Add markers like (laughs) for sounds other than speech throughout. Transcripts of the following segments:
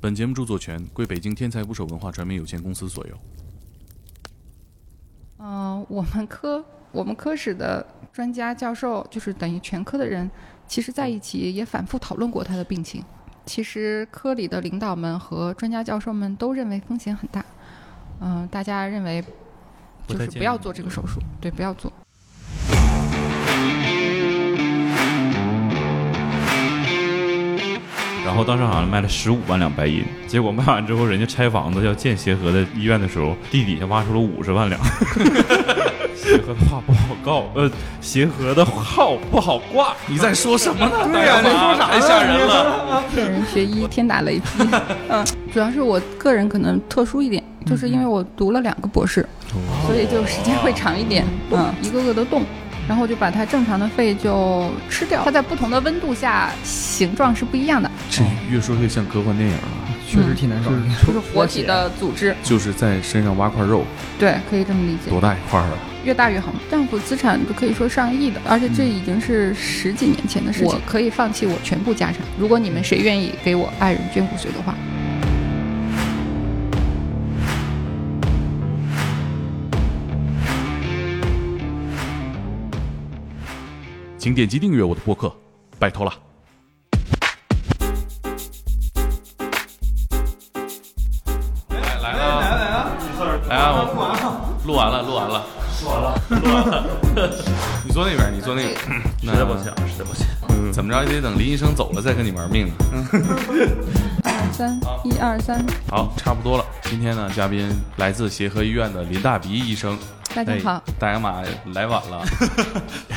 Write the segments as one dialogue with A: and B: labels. A: 本节目著作权归北京天才捕手文化传媒有限公司所有。
B: 嗯，我们科我们科室的专家教授，就是等于全科的人，其实在
C: 嗯
B: 一起也反复讨论过他的病情。其实科里的领导们和专家教授们都认为风险很大，嗯、大家认为
C: 不
B: 就
C: 太
B: 是
C: 建
B: 不要
C: 议嗯
B: 做这个手术，对，不要做。
C: 然后当时好像卖了十五万两白银，结果卖完之后，人家拆房子要建协和的医院的时候，地底下挖出了五十万两。协和的话不好告，呃，协和的号不好挂。
A: 你在说什么呢？
C: 对呀、啊你说啥？太吓人了。
B: 骗人学医，天打雷
D: (laughs)
B: 劈。嗯，主要是我个人可能特殊一点，就是因为我读了两个博士，
D: 嗯
B: 所以就时间会长一点。嗯，
D: 哦
B: 一个个的动，然后就把它正常的肺就吃掉。它在不同的温度下形状是不一样的，嗯
A: 这越说越像科幻电影了，
D: 确实挺难搞的。
B: 就是活体的组织，
A: 就是在身上挖块肉，
B: 对，可以这么理解，
A: 多大一块儿啊？
B: 越大越好。丈夫资产都可以说上亿的，而且这已经是十几年前的事情。我可以放弃我全部家产，如果你们谁愿意给我爱人捐骨髓的话。
A: 请点击订阅我的播客，拜托了。
C: 来
A: 啊
C: 了，来了，来啊！我录完了，录完了，
A: (laughs) 你坐那边，你坐那边。
C: 哎
A: 嗯
C: 实在抱歉，实在抱歉。
A: 怎么着也得等林医生走了再跟你玩命呢。
B: 三一二三，
A: 好，差不多了。今天呢，嘉宾来自协和医院的林大鼻医生。
B: 大家
D: 哎
B: 好。
A: 大洋马来晚了，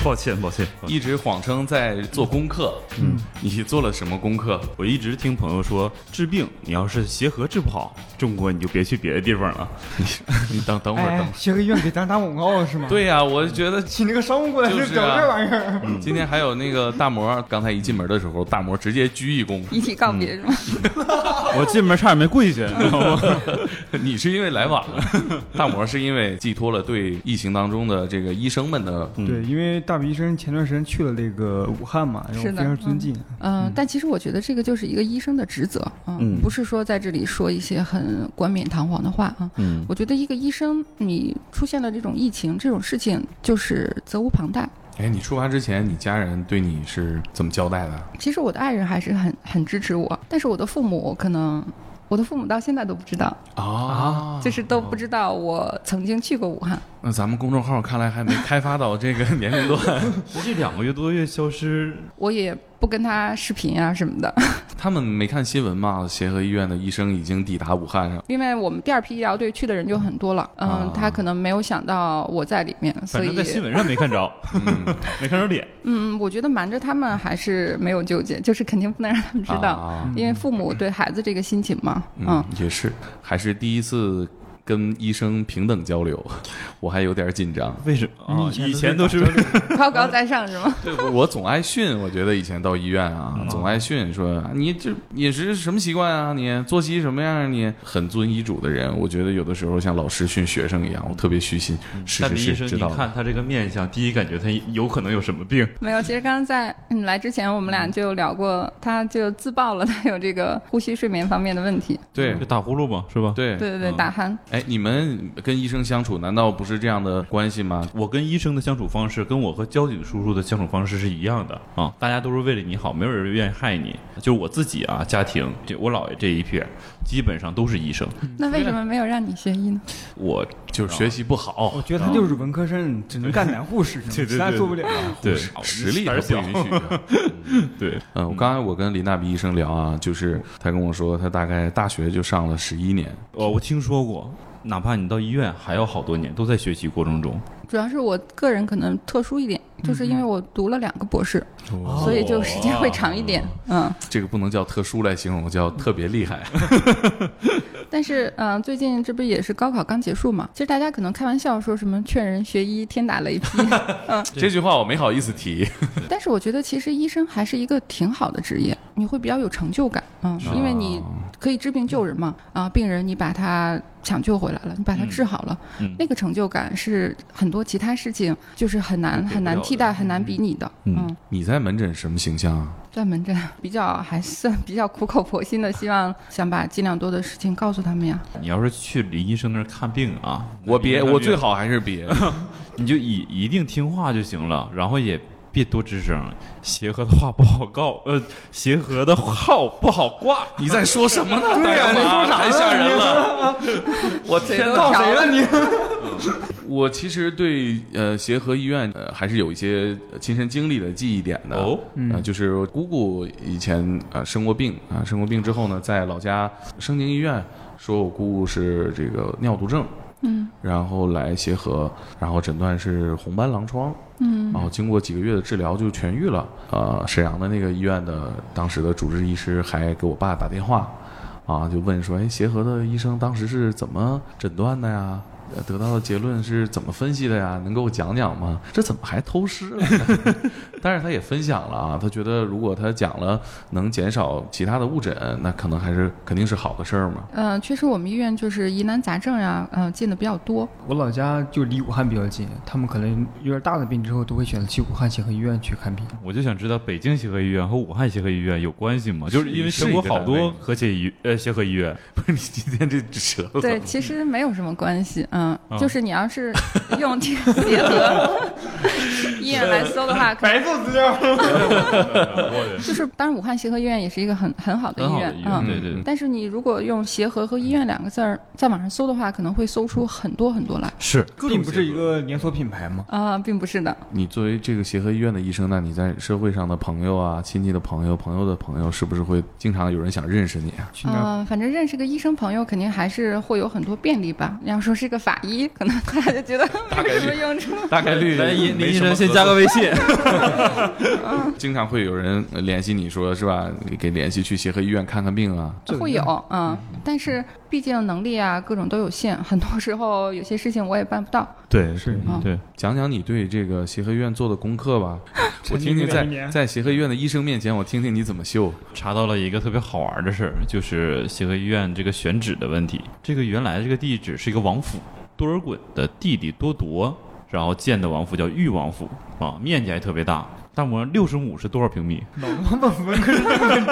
C: 抱歉，抱歉。一
A: 一直谎称在做功课。嗯，你做了什么功课？
C: 我一直听朋友说，治病你要是协和治不好，中国你就别去别的地方了。
A: 你等等会儿，等
D: 哎
A: 会，儿。
D: 协和医院给咱打广告是吗？， (laughs)
A: 对呀、我觉得
D: 请那个商务过来
A: 就
D: 就是整
A: 啊
D: 这玩意儿。
A: 今天还有那个大魔，刚才一进门的时候，大魔直接鞠一躬。 (laughs)
B: 遗体告
C: 嗯
B: 别是吗？
C: (laughs) 我进门差点没跪下，你知道吗？
A: 你是因为来晚了，大魔是因为寄托了对疫情当中的这个医生们的
C: 嗯
D: 对，因为大鼻医生前段时间去了那个武汉嘛，然后
B: 是
D: 非
B: 的
D: 常尊敬。
B: (laughs) 嗯、但其实我觉得这个就是一个医生的职责啊、
C: 嗯
B: 不是说在这里说一些很冠冕堂皇的话啊。
C: 嗯，
B: 我觉得一个医生，你出现了这种疫情这种事情，就是责无旁贷。
A: 哎，你出发之前，你家人对你是怎么交代的？
B: 其实我的爱人还是很很支持我，但是我的父母可能，我的父母到现在都不知道，
A: 啊
C: 哦
B: 就是都不知道我曾经去过武汉。
A: 那咱们公众号看来还没开发到这个年龄段，
C: 这两个月多月消失，
B: 我也不跟他视频啊什么的， (laughs)
A: 他们没看新闻嘛？协和医院的医生已经抵达武汉了。
B: 因为我们第二批医疗队去的人就很多了，嗯，
A: 啊
B: 他可能没有想到我在里面，所
C: 反
B: 以
C: 正在新闻上没看 (laughs) 着，
A: 嗯，
C: 没看着脸。
B: 嗯，我觉得瞒着他们还是没有纠结，就是肯定不能让他们知道，
A: 啊、
B: 因为父母对孩子这个心情嘛，嗯，
A: 嗯，也是，还是第一次跟医生平等交流， (laughs) 我还有点紧张。
C: 为什么？啊
D: 你
C: 以
D: 以前
C: 前
D: 都
C: 都
D: 是
C: 是
B: 嗯高高在上是吗？ (laughs)
A: 对，我 (laughs) 我总挨训，我觉得以前到医院啊，
C: 嗯
A: 总挨训说啊你这饮食什么习惯啊，你作息什么样啊，你很遵医嘱的人，我觉得有的时候像老师训学生一样，我特别虚心。是
C: 但李
A: 是是，
C: 医生，
A: 知
C: 你
A: 道了。
C: 嗯看他这个面相，第一感觉他有可能有什么病。
B: 没有，其实刚刚在你来之前，我们
A: 嗯
B: 俩就聊过，他就自曝了他有这个呼吸睡眠方面的问题，
A: 对
C: 就打呼噜嘛，是吧？。
A: 对
B: 对对对，
C: 嗯
B: 打鼾，
A: 哎，你们跟医生相处难道不是这样的关系吗？
C: 我跟医生的相处方式，跟我和交警叔叔的相处方式是一样的啊，大家都是为了你好，没有人愿意害你。就是我自己啊，家庭，这我姥爷这一片，基本上都是医生。
B: 那为什么没有让你学医呢？
C: 我
A: 就是学习不好
D: 我，觉得他就是文科生，只能干男护士，
C: 对对
D: 其他做不了。
C: 对
A: 实力
C: 胆
A: 他
C: 儿
A: 不
C: 小，
A: 允许。
B: (laughs)
C: 对，
A: 嗯，我刚才我跟林大鼻医生聊啊，
B: 哦
A: 就是他跟我说，他大概大学就上了十一年，
C: 呃我我听说过，哪怕你到医院还要好多年，都在学习过程中。
B: 主要是我个人可能特殊一点，就是
A: 嗯
B: 因为我读了两个博士，
A: 哦
B: 所以就时间会长一点，嗯。
A: 啊这个不能叫特殊来形容，叫特别厉害。
B: 但是，嗯、最近这不也是高考刚结束嘛？其实大家可能开玩笑说什么劝人学医，天打雷劈。
A: (laughs) 这句话我没好意思提。
B: 但
C: 啊
A: 啊
B: 是我觉得，其实医生还是一个挺好的职业，你会比较有成就感，嗯，因为你可以治病救人嘛，啊，病人你把他抢救回来了，你把他
C: 嗯
B: 治好了，
C: 嗯
B: 那个成就感是很多其他事情就是很难
C: 给不
B: 很难
C: 了
B: 替
C: 的
B: 代、很难比拟的。
C: 嗯
B: 嗯，
A: 你在门诊什么形象啊？
B: 在门诊比较还算比较苦口婆心的，希望想把尽量多的事情告诉他们呀。
C: 你要是去林医生那儿看病啊，
A: 我别，
C: 那
A: 我最
C: 好。
A: 好还是别。
C: 你就一一定听话就行了，然后也别多吱声。协和的话不好告，呃，协和的号不好挂。
A: (laughs) 你在说什么呢？
D: 对呀
A: 大
D: 你
A: 妈
D: 说啥
A: 太
D: 呢
A: 吓人了！我天哪！
B: 都
D: 告谁了你？
A: 我其实对呃协和医院呃还是有一些呃亲身经历的记忆点的。
C: 哦
D: 嗯
A: 呃，就是我姑姑以前呃生过病啊、生过病之后呢，在老家盛宁医院说我姑姑是这个尿毒症，
B: 嗯
A: 然后来协和，然后诊断是红斑狼疮，
B: 嗯
A: 然后经过几个月的治疗就痊愈了。呃，沈阳的那个医院的当时的主治医师还给我爸打电话，啊，就问说，哎，协和的医生当时是怎么诊断的呀？呃得到的结论是怎么分析的呀？能给我讲讲吗？这怎么还偷师了呢？ (laughs) 但是他也分享了啊，他觉得如果他讲了能减少其他的误诊，那可能还是肯定是好的事儿嘛。 (laughs)
B: 嗯、呃确实我们医院就是疑难杂症呀，嗯、进的比较多。
D: 我老家就离武汉比较近，他们可能有点大的病之后，都会选择去武汉协和医院去 (laughs) 看病。
C: 我就想知道北京协和医院和武汉协和医院有关系吗？就是因为
A: 是
C: 全国
A: 是一个
C: 好
A: 单位
C: 多
A: 吗
C: 和谐医呃协和医院，
A: 不是你今天这舌头怎么
B: (laughs) 对，其实没有什么关系，嗯，
C: 啊
B: 就是你要是用这个结合医院来搜的话，可能
D: 做资 (laughs) 料。
B: 就是当然武汉协和医院也是一个很很好的
C: 很
B: 医
C: 好
B: 院
C: 的医，
B: 嗯
C: 院，。对对
A: 嗯。
B: 但是你如果用协和和医院两个字儿在网上搜的话，可能会搜出很多很多来。
C: 是
D: 并不是一个连锁品牌吗？
B: 啊、并不是的，
A: 你作为这个协和医院的医生，那你在社会上的朋友啊、亲戚的朋友、朋友的朋友，是不是会经常有人想认识你啊？
D: 去那儿
B: 嗯，反正认识个医生朋友，肯定还是会有很多便利吧。你要说是个法医，可能大家就觉得没有什么用处。
A: 大概率
C: 来，林
A: 没
C: 林医
A: 什么
C: 生先
A: 合
C: 加
A: 作
C: 个，微信。
A: (laughs) 经常会有人呃联系你说是吧？给给联系去协和医院看看病啊。
D: 这个
B: 会有，嗯，但是毕竟能力啊，各种都有限，很多时候有些事情我也办不到。
C: 对，
D: 是
B: 嗯
C: 对。
A: 讲讲你对这个协和医院做的功课 (laughs) 吧，我
D: 沉
A: 听
D: 浸
A: 听
D: 于
A: 在
D: 每一年
A: 在协和医院的医生面前，我听听你怎么秀。
C: 查到了一个特别好玩的事儿，就是协和医院这个选址的问题。这个原来这个地址是一个王府，多尔衮的弟弟多铎，然后建的王府叫裕王府啊，面积还特别大，大模六十亩是多少平米？
D: 老他妈文科生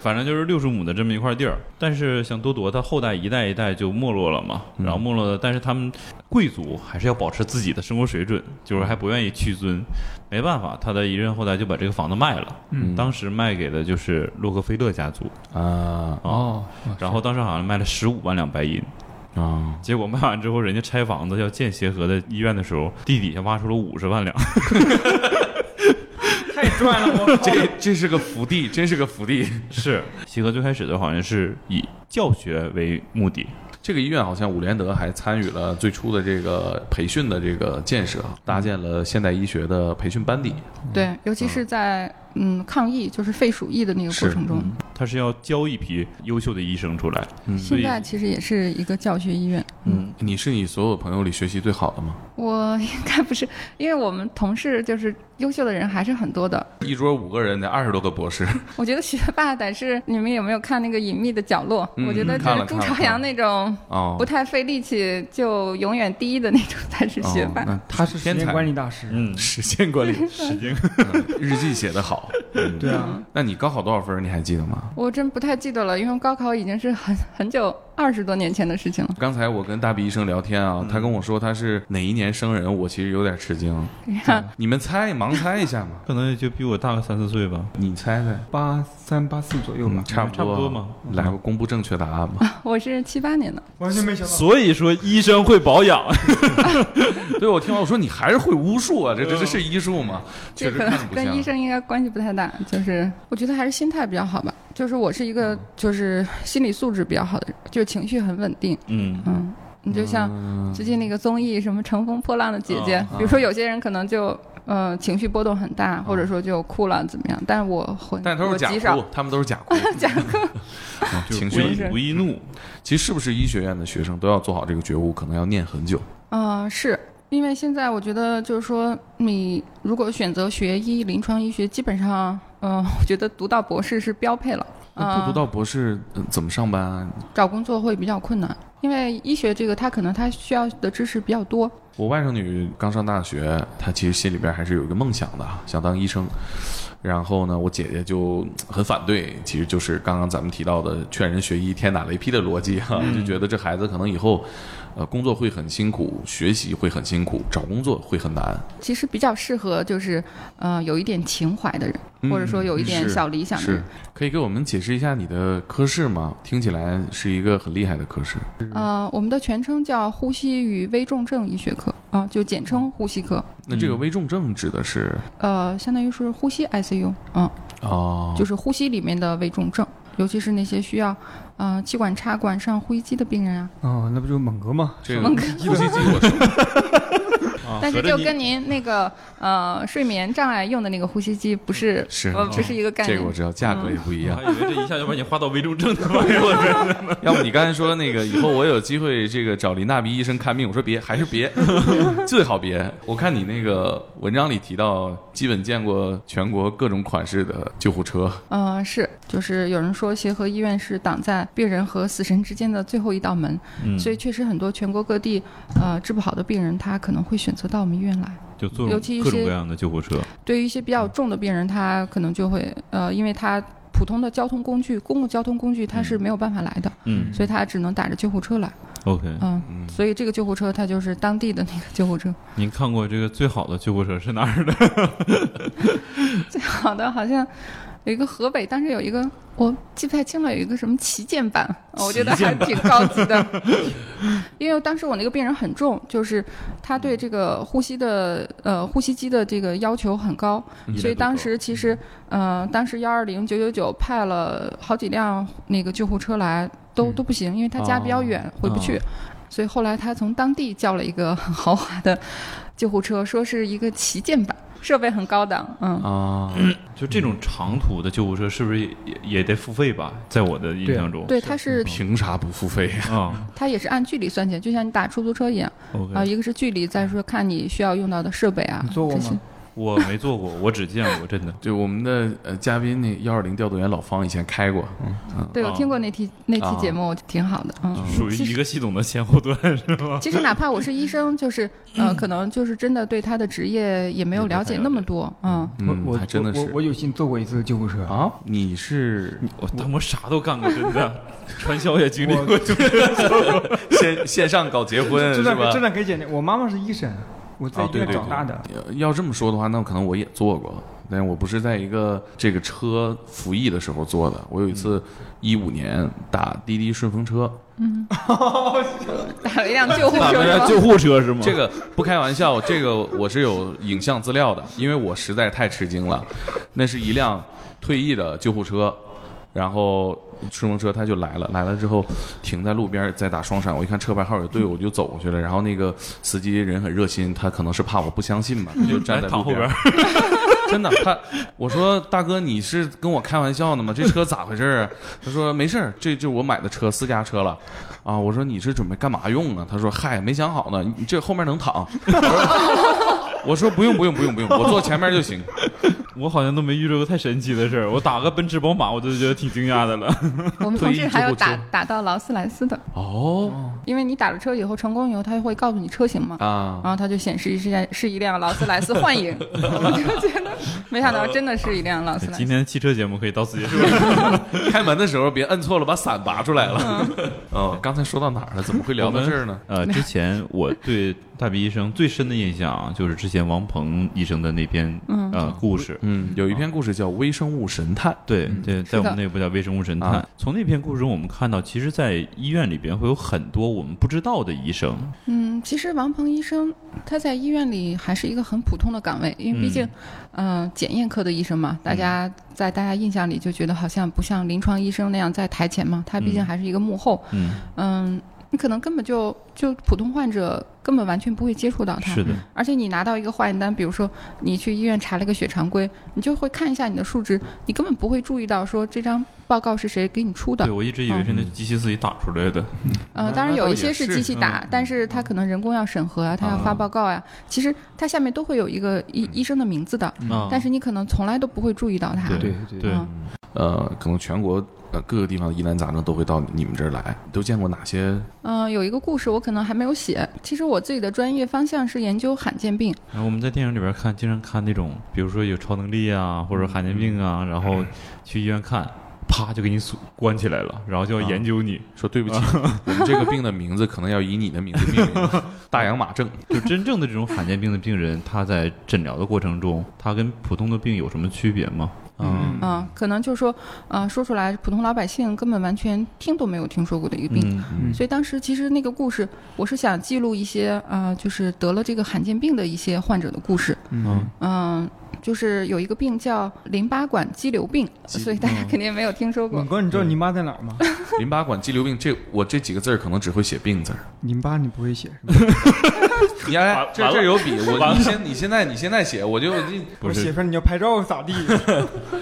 C: 反正就是六十亩的这么一块地儿。但是像多铎，他后代一代一代就没落了嘛，
A: 嗯
C: 然后没落了，但是他们贵族还是要保持自己的生活水准，就是还不愿意屈尊，没办法，他的一任后代就把这个房子卖了，
A: 嗯
C: 当时卖给的就是洛克菲勒家族。
A: 啊
D: 哦，
C: 然后当时好像卖了十五万两白银，
A: (laughs) 啊！
C: 结果卖完之后，人家拆房子要建协和的医院的时候，地底下挖出了五十万两，
D: 太赚了我。
A: 这这是个福地，真是个福地。
C: (laughs) 是协和最开始的好像是以教学为目的，
A: 这个医院好像伍连德还参与了最初的这个培训的这个建设，搭建了现代医学的培训班底。
B: 对，尤其是在嗯抗疫，就是废鼠疫的那个过
A: 啊是
B: 程中，嗯
C: 他是要教一批优秀的医生出来，
A: 嗯
C: 所
B: 现
C: 以
B: 在其实也是一个教学医院。
A: 嗯，你是你所有朋友里学习最好的吗？
B: 我 (laughs) 应该不是，因为我们同事就是优秀的人还是很多的。
A: 一桌五个人，得二十多个博士，
B: 我觉得学霸得是你们有没有看那个《隐秘的角落》？
A: 嗯
B: 我觉得就
A: 看了
B: 是朱
A: 看了
B: 朝阳那种
A: 哦
B: 不，太费力气就永远第一的那种 (laughs) 才是学霸。
A: 哦那
D: 他是时
A: 天
D: 间
A: 才
D: 管理大师。
C: 嗯，
A: 时间 (laughs) 管理，
C: 时间
A: 日记写得好。嗯
D: 对啊，
A: 那你高考多少分儿？你还记得吗？
B: 我真不太记得了，因为高考已经是很很久二十多年前的事情了。
A: 刚才我跟大鼻医生聊天啊，他跟我说他是哪一年生人，我其实有点吃 (laughs) 惊。嗯你们猜，盲猜一下嘛？
C: 可能也就比我大个三四岁吧，
A: 你猜猜，
D: 八三八四左右吧，
A: 嗯差不
C: 差不多
A: 嘛
C: 嘛。
A: 来，我公布正确答案吧。
B: 我是七八年的，
D: 完全没想到。
C: 所以说医生会保 (laughs) 养，
A: (laughs) 对，我听完我说你还是会巫术啊，这这这是医术吗？确
B: 嗯这
A: 实
B: 可
A: 看着
B: 能
A: 不
B: (laughs) 跟医
A: 像。
B: 生应该关系不太大。就是我觉得还是心态比较好吧。就是我是一
A: 嗯
B: 个就是心理素质比较好的人，就是情绪很稳定。
C: 嗯，
B: 嗯，你就像
A: 嗯哦
B: 最近那个综艺什么《乘风破浪的姐姐》
C: 啊
B: 比如说有些人可能就呃情绪波动很大，或者说就哭了怎么样，但我会
A: 哦但都
B: 我
A: 是假
B: 极少
A: 哭，他们都是假
B: (laughs)
A: 哭，
B: 假哭，
A: (laughs) 嗯情
C: 就
A: 绪
B: 没
C: 是不易
B: 事
C: 不易怒，
A: 其实是不是医学院的学生都要做好这个觉悟，可能要念很久。
B: 嗯、是。因为现在我觉得，就是说，你呃如果选择学医、临床医学，基本上，嗯、我觉得读到博士是标配了。
A: 那不读到博士、呃怎么上班啊？
B: 找工作会比较困难，因为医学这个它可能它需要的知识比较多，
A: 我外甥女刚上大学，她其实心里边还是有一个梦想的，想当医生。然后呢，我姐姐就很反对，其实就是刚刚咱们提到的劝人学医天打雷劈的逻辑
B: 嗯
A: 哈、就觉得这孩子可能以后，呃，工作会很辛苦，学习会很辛苦，找工作会很难。
B: 其实比较适合就是呃有一点情怀的人，
A: 嗯
B: 或者说有一点
A: 是
B: 小理想的
A: 是
B: 人。，
A: 可以给我们解释一下你的科室吗？听起来是一个很厉害的科室。
B: 呃，我们的全称叫呼吸与危重症医学科啊、就简
A: 嗯
B: 称呼吸科，
A: 那这个危重症指的是
B: 呃，相当于是呼吸 ICU 啊、
A: 哦，
B: 就是呼吸里面的危重症，尤其是那些需要呃气管插管上呼吸机的病人啊。
D: 哦，那不就是猛哥吗？
A: 这个
B: 蒙哥
A: 呼吸机我是哦
C: 啊
B: 但是
C: 合着
B: 就
C: 你
B: 跟您那个呃睡眠障碍用的那个呼吸机不是
A: 是哦
B: 呃不是一个概
A: 这
B: 念。
A: 个我知道，价格也不一
C: 我
A: 样
C: 还。以为这一下就把你划到危重症的范围了。
A: 要不你刚才说那个，以后我有机会这个找林大鼻医生看病，我说别，还是别，最好别。我看你那个文章里提到，基本见过全国各种款式的救护车，
B: 嗯、是，就是有人说协和医院是挡在病人和死神之间的最后一道门，
C: 嗯
B: 所以确实很多全国各地呃治不好的病人，他可能会选择到我们医院来。
C: 就做
B: 尤其一
C: 各种
B: 些
C: 各样的救护车，
B: 对于一些比较重的病人，他可能就会呃，因为他普通的交通工具、公共交通工具他是没有办法来的，
C: 嗯
B: 所以他只能打着救护车来。
C: ，OK。
B: 嗯，
A: 嗯，
B: 所以这个救护车它就是当地的那个救护车。
C: 您看过这个最好的救护车是哪儿的？
B: 最好的好像有一个河北，当时有一个我记不太清了，有一个什么旗舰版，哦我觉得还挺高级的。 (laughs) 因为当时我那个病人很重，就是他对这个呼吸的呃呼吸机的这个要求很高，所以当时其实呃当时幺二零九九九派了好几辆那个救护车来，都、
D: 嗯
B: 都不行，因为他家比较远，回不去。所以后来他从当地叫了一个 (laughs) 很豪华的救护车，说是一个旗舰版，设备很高档，嗯，
A: 啊，
C: 就这种长途的救护车是不是也也也得付费吧？在我的印象中，
B: 对，它是
A: 凭啥不付费呀？
C: 啊
B: 它也是按距离算钱，就像你打出租车一样
C: ，OK，
B: 啊、一个是距离，再说看你需要用到的设备啊
D: 你坐过
B: 这些
D: 吗。？
C: 我没坐过，我只见过，真的。
A: 对，我们的呃嘉宾那幺二零调度员老方以前开过，
B: 对，我
C: 啊
B: 听过那期那期
A: 啊
B: 节目，我觉得挺好的，嗯。
C: 属于一个系统的前后端是吧？
B: 其实哪怕我是医生，就是呃，可能就是真的对他的职业也没有了解那么多，嗯。
A: 嗯，
D: 我我
A: 还真的
D: 我我
A: 是
D: 我有幸坐过一次救护车，
A: 啊，你是
C: 我他妈啥都干过，真
B: (laughs)
C: 的，传销也经历过
D: 我，
A: 线线上搞结婚
D: (laughs) 这
A: 是
D: 段
A: 吧
D: 这？段可以剪掉。我妈妈是医生，我在
A: 啊
D: 医
A: 对
D: 院
A: 对
D: 长
A: 对
D: 大的。
A: 呃要这么说的话，那可能我也做过，但是我不是在一个这个车服役的时候做的。我有一次一五年打滴滴顺风车，
B: 打了一辆救护车是吧？
C: 救护车是吗
A: 这个不开玩笑，这个我是有影像资料的，因为我实在太吃惊了。那是一辆退役的救护车，然后顺风车他就来了，来了之后停在路边在打双闪，我一看车牌号有队，我就走过去了。然后那个司机人很热心，他可能是怕我不相信吧，他就站在
C: 哎躺
A: 路
C: 后边
A: 边
C: 儿。
A: (laughs) 真的，他我说大哥，你是跟我开玩笑呢吗？这车咋回事儿啊？他说没事儿，这这我买的车，私家车了。啊，我说你是准备干嘛用啊？他说嗨，没想好呢，你这后面能躺。 (laughs) 我说不用不用不用不用，我坐前面就行。
C: 我好像都没遇到过太神奇的事儿。我打个奔驰、宝马，我都觉得挺惊讶 (laughs) 的了。
B: 我们同事还有打
C: 退役救护
B: 打到劳斯莱斯的，
A: 哦
B: 因为你打了车以后成功以后，他会告诉你车型嘛，
A: 啊
B: 然后它就显示是一辆是一辆劳斯莱斯幻影，我就觉得没想到真的是一辆劳斯莱斯
C: (laughs) 今。天汽车节目可以到此 (laughs) 结束了。
A: 开门的时候别摁错了，把伞拔出来了。 (laughs) 哦，刚才说到哪儿了？怎么会聊到这儿呢？
B: (laughs)
C: 呃，之前我对大鼻医生最深的印象啊，就是之前王鹏医生的那篇
B: 嗯
C: 呃故事。
A: 嗯，有一篇故事叫《微生物神探》。
C: 对对，在我们
B: 是的
C: 内部叫微生物神探
A: 啊。
C: 从那篇故事中，我们看到，其实，在医院里边会有很多我们不知道的医生。
B: 嗯，其实王鹏医生他在医院里还是一个很普通的岗位，因为毕竟，嗯、检验科的医生嘛，大
C: 嗯
B: 家在大家印象里就觉得好像不像临床医生那样在台前嘛，他毕竟
C: 嗯
B: 还是一个幕后，
C: 嗯，
B: 嗯，你可能根本就就普通患者根本完全不会接触到他，
C: 是的，
B: 而且你拿到一个化验单，比如说你去医院查了一个血常规，你就会看一下你的数值，你根本不会注意到说这张报告是谁给你出的
C: 对，我一直以为是那机器自己打出来的。
B: 呃，
A: 那
B: 当然
A: 那
B: 有
A: 倒
B: 一
A: 也
B: 些是
A: 是
B: 机器
C: 嗯
B: 打，但是它可能人工要审核啊，它要
C: 啊
B: 发报告呀、其实它下面都会有一个医医生的名字的，
C: 啊
B: 但是你可能从来都不会注意到它。
C: 对
D: 对对
C: 对
B: 嗯
A: 呃，可能全国呃各个地方的疑难杂症都会到你们这儿来。都见过哪些？
B: 嗯，有一个故事我可能还没有写。其实我自己的专业方向是研究罕见病，
C: 然后我们在电影里边看，经常看那种，比如说有超能力啊，或者罕见病啊，然后去医院看，啪就给你锁关起来了，然后就要研究你，
A: 说对不
C: (laughs)
A: 起，我们这个病的名字可能要以你的名字命名，大洋马症。
C: 就真正的这种罕见病的病人，他在诊疗的过程中，他跟普通的病有什么区别吗？
A: 嗯
B: 嗯、可能就是说，呃，说出来普通老百姓根本完全听都没有听说过的一个病。
C: 嗯
A: 嗯
B: 所以当时其实那个故事，我是想记录一些呃，就是得了这个罕见病的一些患者的故事。
C: 嗯
B: 嗯、就是有一个病叫淋巴管肌瘤病，所以大
C: 嗯
B: 家肯定没有听说过
D: 猛。哥，你知道淋巴在哪儿吗？
A: 淋巴管肌瘤病，这我这几个字儿可能只会写病字儿。
D: 淋巴你不会写是吧？
A: 你哎
C: 完，
A: 这
C: 完了
A: 这有笔，我
C: 完了
A: 你先你现在你现在写，我就我就
C: 不
D: 我
C: 是
D: 写出来你要拍照
A: (laughs)
D: 咋地？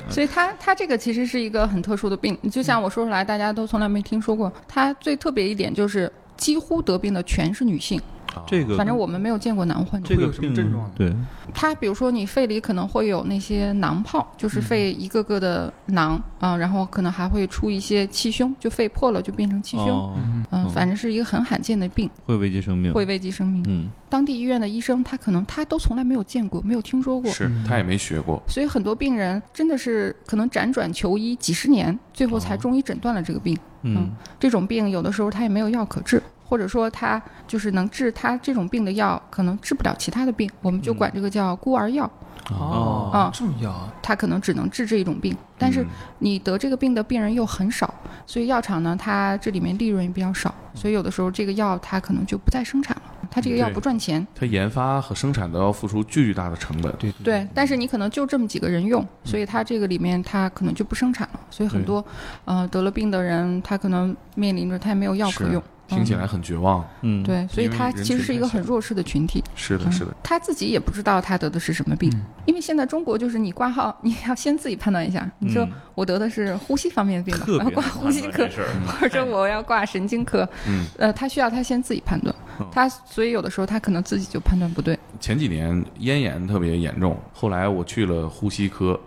B: 所以它它这个其实是一个很特殊的病，就像我说出来，大家都从来没听说过。它最特别一点就是。几乎得病的全是女性，
C: 这个
B: 反正我们没有见过男患者。
C: 这
D: 会
C: 个
D: 有什么
C: 病
D: 症状呢
C: 对，
B: 它比如说你肺里可能会有那些囊泡，就是肺
C: 嗯
B: 一个个的囊啊、然后可能还会出一些气胸，就肺破了就变成气胸，
C: 哦
B: 嗯、
C: 哦
B: 反正是一个很罕见的病，
C: 会危及生命，
B: 会危及生命。
C: 嗯，
B: 当地医院的医生他可能他都从来没有见过，没有听说过，
A: 是
C: 嗯
A: 他也没学过，
B: 所以很多病人真的是可能辗转求医几十年，最后才
C: 哦
B: 中医诊断了这个病。
C: 嗯
B: 这种病有的时候他也没有药可治，或者说他就是能治他这种病的药，可能治不了其他的病，我们就管这个叫孤儿药。
C: 哦
B: 啊
D: 重要啊。
B: 它可能只能治这一种病，但是
A: 嗯
B: 你得这个病的病人又很少，所以药厂呢，它这里面利润也比较少，所以有的时候这个药它可能就不再生产了，它这个药
C: 嗯对
B: 不赚钱。
A: 他研发和生产都要付出巨大的成本。
D: 对
B: 对，但是你可能就这么几个人用，所以它这个里面它可能就不生产了，所以很
C: 对
B: 多，呃，得了病的人他可能面临着他也没有药可
A: 是
B: 用，
A: 听起来很绝望。
C: 嗯，
B: 对，所以
A: 因为
B: 他
A: 人
B: 其
A: 群
B: 实是一
A: 太
B: 个
A: 小
B: 很弱势的群体。
A: 是的，
B: 嗯
A: 是的，
B: 他自己也不知道他得的是什么病，因为现在中国就是你挂号， (laughs) 你要先自己判断一下。你说
C: 嗯
B: 我得的是呼吸方面的病吧，
C: 特
B: 我 (laughs) 要
C: 别
B: 挂呼吸科
C: 这，事儿，
B: 或者我要挂神经科，
A: 嗯。
B: 呃，他需要他先自己判断
C: 嗯，
B: 他所以有的时候他可能自己就判断不对。
A: 前几年咽炎特别严重，后来我去了呼吸科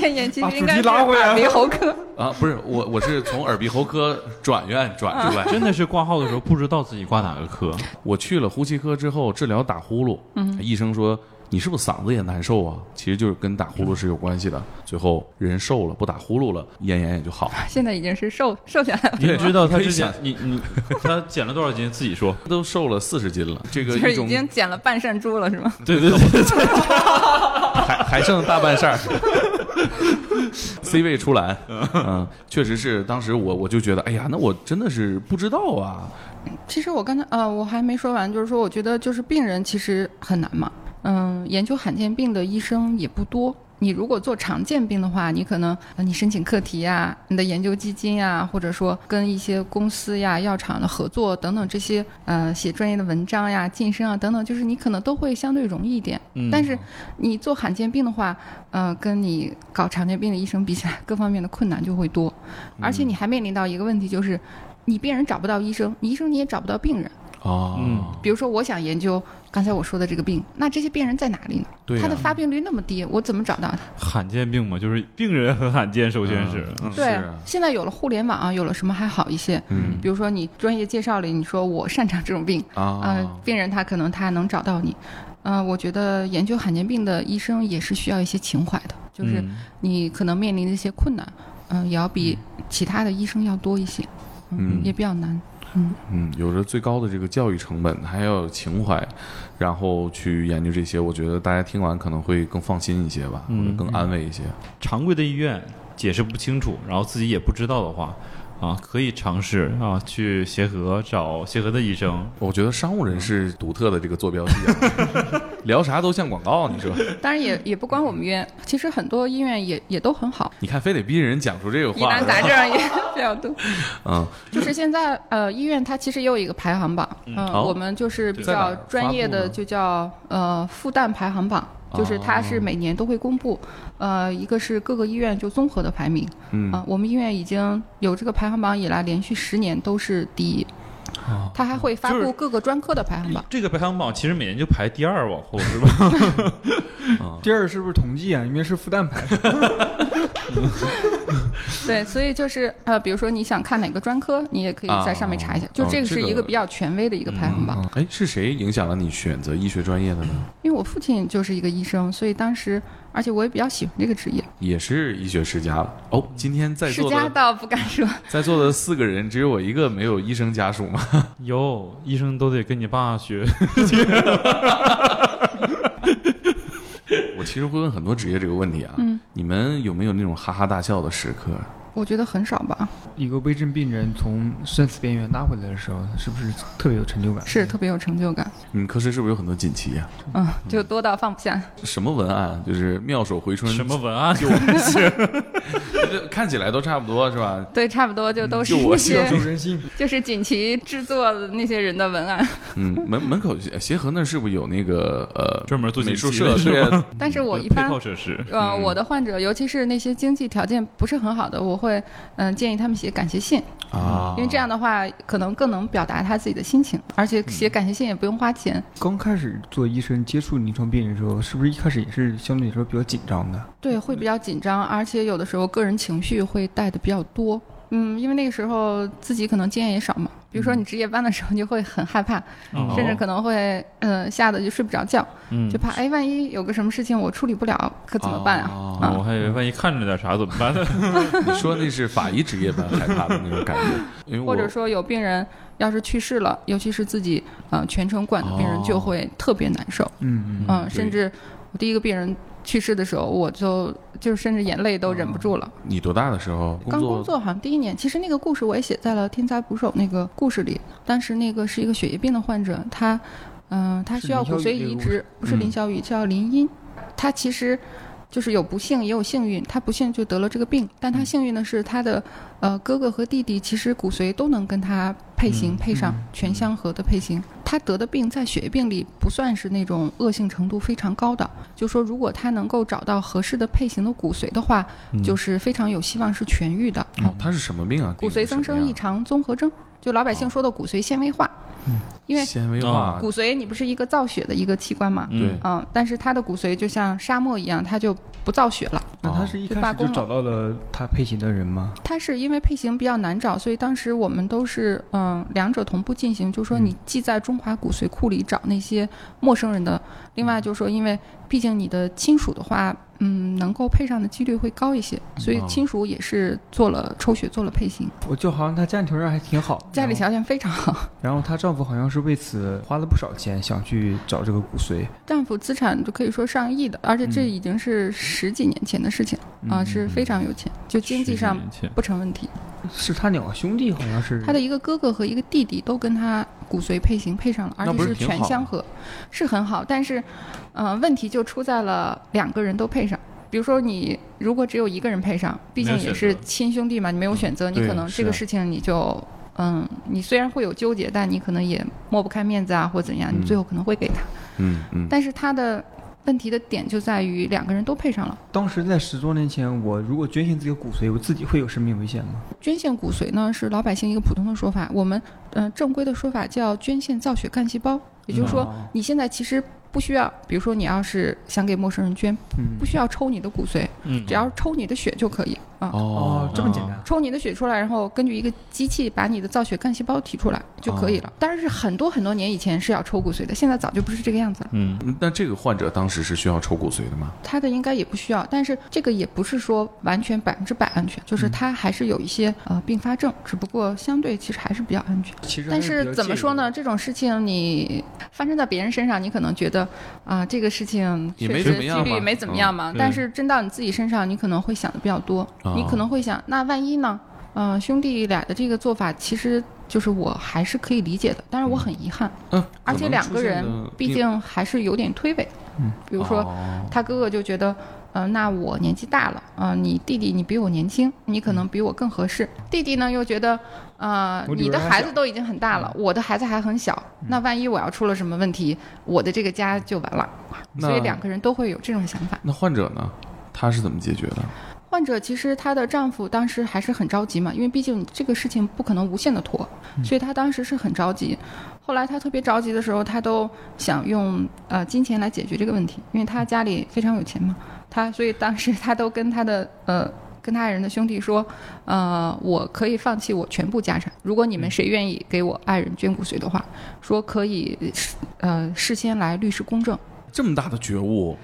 B: 咽炎其
D: 把
B: 实
D: 主
B: 应该
D: 题
B: 是
D: 拉回来
B: 耳
D: 了
B: 鼻喉科， (laughs)
A: 啊，不是我，我是从耳鼻喉科转院转出来。
C: 啊真的是挂号的时候不知道自己挂哪个科，
A: 我去了呼吸科之后治疗打呼噜，
B: 嗯
A: 医生说你是不是嗓子也难受啊？其实就是跟打呼噜是有关系的。最后人瘦了，不打呼噜了，咽炎也就好了。
B: 现在已经是瘦瘦下来了，
C: 你知道他
A: 可以
C: 之前
A: 想
C: 你你他减了多少斤，自己说，
A: 都瘦了四十斤了，这个
B: 就是
A: 一
B: 已
A: 种
B: 经减了半扇猪了，是吗？
C: 对对对，
A: 还还剩大半扇儿。C (laughs) 位出栏，嗯，确实是，当时我我就觉得，哎呀，那我真的是不知道啊，
B: (laughs) 其实我刚才呃，我还没说完，就是说，我觉得就是病人其实很难嘛。嗯，研究罕见病的医生也不多。你如果做常见病的话，你可能呃你申请课题呀、你的研究基金呀、或者说跟一些公司呀、药厂的合作等等这些，呃，写专业的文章呀、晋升啊等等，就是你可能都会相对容易一点。
C: 嗯
B: 但是你做罕见病的话，呃，跟你搞常见病的医生比起来，各方面的困难就会多，而
A: 嗯
B: 且你还面临到一个问题，就是你病人找不到医生，你医生你也找不到病人。
A: 啊，
C: 嗯
B: 比如说，我想研究刚才我说的这个病，那这些病人在哪里呢？
A: 对呀、
B: 他的发病率那么低，我怎么找到他？
C: 罕见病嘛，就是病人很罕见，首先是，嗯
A: 是啊
B: 现在有了互联网啊，有了什么还好一些。
A: 嗯
B: 比如说，你专业介绍里，你说我擅长这种病，
A: 啊，
B: 呃，病人他可能他能找到你。呃，我觉得研究罕见病的医生也是需要一些情怀的，嗯就是
A: 嗯
C: 嗯
B: 你可能面临的一些困难，嗯、也要比其他的医生要多一些，
A: 嗯
B: 也比较难。
A: 嗯，有着最高的这个教育成本，还要有情怀，然后去研究这些，我觉得大家听完可能会更放心一些吧，
C: 嗯
A: 或者更安慰一些。
C: 常规的医院解释不清楚，然后自己也不知道的话，啊，可以尝试啊去协和找协和的医生，
A: 我觉得商务人士独特的这个坐标系、啊， (laughs) 聊啥都像广告，你说？
B: 当然也也不光我们医院，其实很多医院也也都很好，
A: 你看，非得逼人讲出这个
B: 疑
A: 话
B: 难
A: 来，
B: 杂症
A: (laughs)
B: 也比较多。
A: 嗯，
B: 就是现在呃，医院它其实也有一个排行榜，嗯、
A: 好
B: 我们就是比
A: 在哪
B: 较
A: 儿
B: 专业
A: 发布
B: 的，
A: 呢哦
B: 就叫呃复旦排行榜。就是它是每年都会公布，呃，一个是各个医院就综合的排名，
A: 嗯
B: 啊、我们医院已经有这个排行榜以来，连续十年都是第一，
A: 哦
B: 它还会发
C: 就是
B: 布各个专科的排行榜，
C: 这个排行榜其实每年就排第二往后是吧？
D: 第二是不是统计啊？因为是复旦排，
B: 对，所以就是呃，比如说你想看哪个专科，你也可以在上面查一下
A: 啊，
B: 就
A: 哦
B: 这个是
A: 这个
B: 一个比较权威的一个排行榜。
A: 哎，是谁影响了你选择医学专业的呢？
B: 因为我父亲就是一个医生，所以当时而且我也比较喜欢这个职业。
A: 也是医学世家了。哦，今天在
B: 世
A: 座
B: 家
A: 的
B: 倒不敢说，
A: 在座的四个人，只有我一个没有医生家属嘛。
C: 有医生都得跟你爸 (laughs) 学，
A: 我其实会问很多职业这个问题啊。
B: 嗯，
A: 你们有没有那种哈哈大笑的时刻？
B: 我觉得很少吧，
D: 一个危重病人从生死边缘拉回来的时候，是不是特别有成就感？
B: 是特别有成就感，
A: 你嗯们科室是不是有很多锦旗呀、
B: 嗯，就多到放不下。
A: 什么文案？啊就是妙手回春，
C: 什么文案
A: 就我就看起来都差不多是吧？
B: 对，差不多就都
A: 嗯
B: 是
A: 就我
B: 那
A: 是
B: 些，
D: 人心。
B: 就是锦旗制作的那些人的文案。
A: 嗯，门门口协和那儿是不是有那个呃
C: 专门做
A: 美
C: 锦
A: 术
C: 旗
A: 社？
C: 的是
A: 对啊，
B: 但是 (laughs) 我一
C: 配
B: 般
C: 套设施，
B: 呃，
A: 嗯
B: 我的患者，尤其是那些经济条件不是很好的，我会嗯、建议他们写感谢信，
A: 啊
B: 因为这样的话可能更能表达他自己的心情，
A: 嗯
B: 而且写感谢信也不用花钱。
D: 刚开始做医生接触临床病人的时候，是不是一开始也是相对来说比较紧张的？
B: 对，会比较紧张，
A: 嗯
B: 而且有的时候个人情绪会带的比较多。嗯，因为那个时候自己可能经验也少嘛，
A: 嗯
B: 比如说你值夜班的时候，你就会很害怕，
A: 哦
C: 嗯
B: 甚至可能会嗯、呃吓得就睡不着觉，
C: 嗯
B: 就怕哎万一有个什么事情我处理不了，可怎么办啊？
A: 哦
C: 哦我还以为万一看着点啥怎么办呢？
A: 你说那是法医职业班害怕的那种感
B: (laughs)
A: 觉，因为我
B: 或者说有病人要是去世了，尤其是自己呃全程管的病人，
A: 哦
B: 就会特别难受。
D: 嗯
B: 嗯，
A: 对
B: 甚至我第一个病人去世的时候，我就就是甚至眼泪都忍不住
D: 啊
B: 了。
A: 你多大的时候
B: 刚工作好像第一年，其实那个故事我也写在了《天才捕手》那个故事里。当时那个是一个血液病的患者，他嗯、他
D: 是
B: 需要
D: 林
B: 骨
D: 小
B: 髓
D: 雨那个
B: 移
D: 故嗯
B: 植，不是林小雨，叫林音。他其实。就是有不幸也有幸运，他不幸就得了这个病，但
D: 嗯
B: 他幸运的是他的呃哥哥和弟弟其实骨髓都能跟他配型、
C: 嗯
B: 配上全相合的配型。他得的病在血液病里不算是那种恶性程度非常高的，就说如果他能够找到合适的配型的骨髓的话，
A: 嗯
B: 就是非常有希望是痊愈的。
A: 哦，他是什么病啊？
B: 骨
A: 定
B: 髓
A: 的是哦
B: 增
A: 什么
B: 生
A: 呀
B: 异常综合征，就老百姓说的骨髓纤维化。因为哦
A: 纤维化，
B: 骨啊髓你不是一个造血的一个器官嘛，
A: 对
C: (laughs) 嗯，
B: 嗯，但是它的骨髓就像沙漠一样，它就不造血了。
D: 那他是一
B: 就罢
D: 开始
B: 工
D: 就
B: 了
D: 找到了他配型的人吗？
B: 它是因为配型比较难找，所以当时我们都是嗯、两者同步进行，就是说你既在中华骨髓库里找那些陌生人的，另外就是说，因为毕竟你的亲属的话，嗯，能够配上的几率会高一些，所以
A: 哦
B: 亲属也是做了抽血做了配型，
D: 我就好像他家庭条件还挺好，
B: 家里条件非常好。
D: 然后她丈夫好像是为此花了不少钱，想去找这个骨髓。
B: 丈夫资产就可以说上亿的，而且这已经是十几年前的事情
A: 嗯
B: 了啊，是非常有钱，就经济上
C: 十几年前
B: 不成问题。
D: 是他两个兄弟，好像
A: 嗯
D: 是
B: 他的一个哥哥和一个弟弟都跟他骨髓配型配上了，而
A: 那不
B: 且
A: 是挺
B: 全
A: 好
B: 相
A: 吗
B: 合，是很好。但是，呃，问题就出在了两个人都配上。比如说，你如果只有一个人配上，毕
C: 没
B: 竟也
C: 有选
B: 是
C: 择
B: 亲兄弟嘛，你没有选择，你
A: 对
B: 可能
A: 是
B: 这个
A: 啊
B: 事情你就，嗯，你虽然会有纠结，但你可能也抹不开面子啊，或怎样，你最后可能会给他。
A: 嗯嗯，
B: 但是他的问题的点就在于两个人都配上了。
D: 当时在十多年前，我如果捐献自己的骨髓，我自己会有生命危险吗？
B: 捐献骨髓呢是老百姓一个普通的说法，我们嗯、呃正规的说法叫捐献造血干细胞，也就是说
D: 哦
B: 你现在其实不需要，比如说你要是想给陌生人捐，
D: 嗯
B: 不需要抽你的骨髓，
C: 嗯
B: 只要抽你的血就可以啊。
A: 哦
D: 哦，这么简单。
B: 抽你的血出来，然后根据一个机器把你的造血干细胞提出来就可以了。当然是很多很多年以前是要抽骨髓的，现在早就不是这个样子了。
C: 嗯，
A: 嗯那这个患者当时是需要抽骨髓的吗？
B: 他的应该也不需要，但是这个也不是说完全百分之百安全，就是他还是有一些呃并发症，只不过相对其实还是比较安全。
D: 其实还
B: 但
D: 是
B: 是
D: 比较
B: 怎么
D: 介意
B: 说呢？？这种事情你发生在别人身上，你可能觉得啊、这个事情
A: 也
B: 确
A: 没
B: 实
A: 怎么样
B: 几
A: 嘛
B: 率没怎么样嘛。
C: 嗯
B: 但是真到你自己身上，你可能会想的比较多，
A: 哦
B: 你可能会想，那万一呢？呃，兄弟俩的这个做法，其实就是我还是可以理解的，但是我很遗憾，
A: 嗯，
B: 而且两个人
A: 可能出现的
B: 毕竟还是有点推诿。
D: 嗯，
B: 比如说、
A: 哦
B: 他哥哥就觉得，呃，那我年纪大了，呃，你弟弟你比我年轻，你可能比我更合适。弟弟呢又觉得，呃，
D: 我女儿
B: 你的
D: 还
B: 孩
D: 小嗯
B: 子都已经很大了，我的孩子还很小，那万一我要出了什么问题，我的这个家就完了。
A: 那
B: 所以两个人都会有这种想法。
A: 那患者呢？他是怎么解决的？
B: 患者其实她的丈夫当时还是很着急嘛，因为毕竟这个事情不可能无限的拖，所以她当时是很着急。后来她特别着急的时候，她都想用呃金钱来解决这个问题，因为她家里非常有钱嘛，她所以当时她都跟她的呃跟他爱人的兄弟说，呃，我可以放弃我全部家产，如果你们谁愿意给我爱人捐骨髓的话，说可以，呃，事先来律师公证。
A: 这么大的觉悟，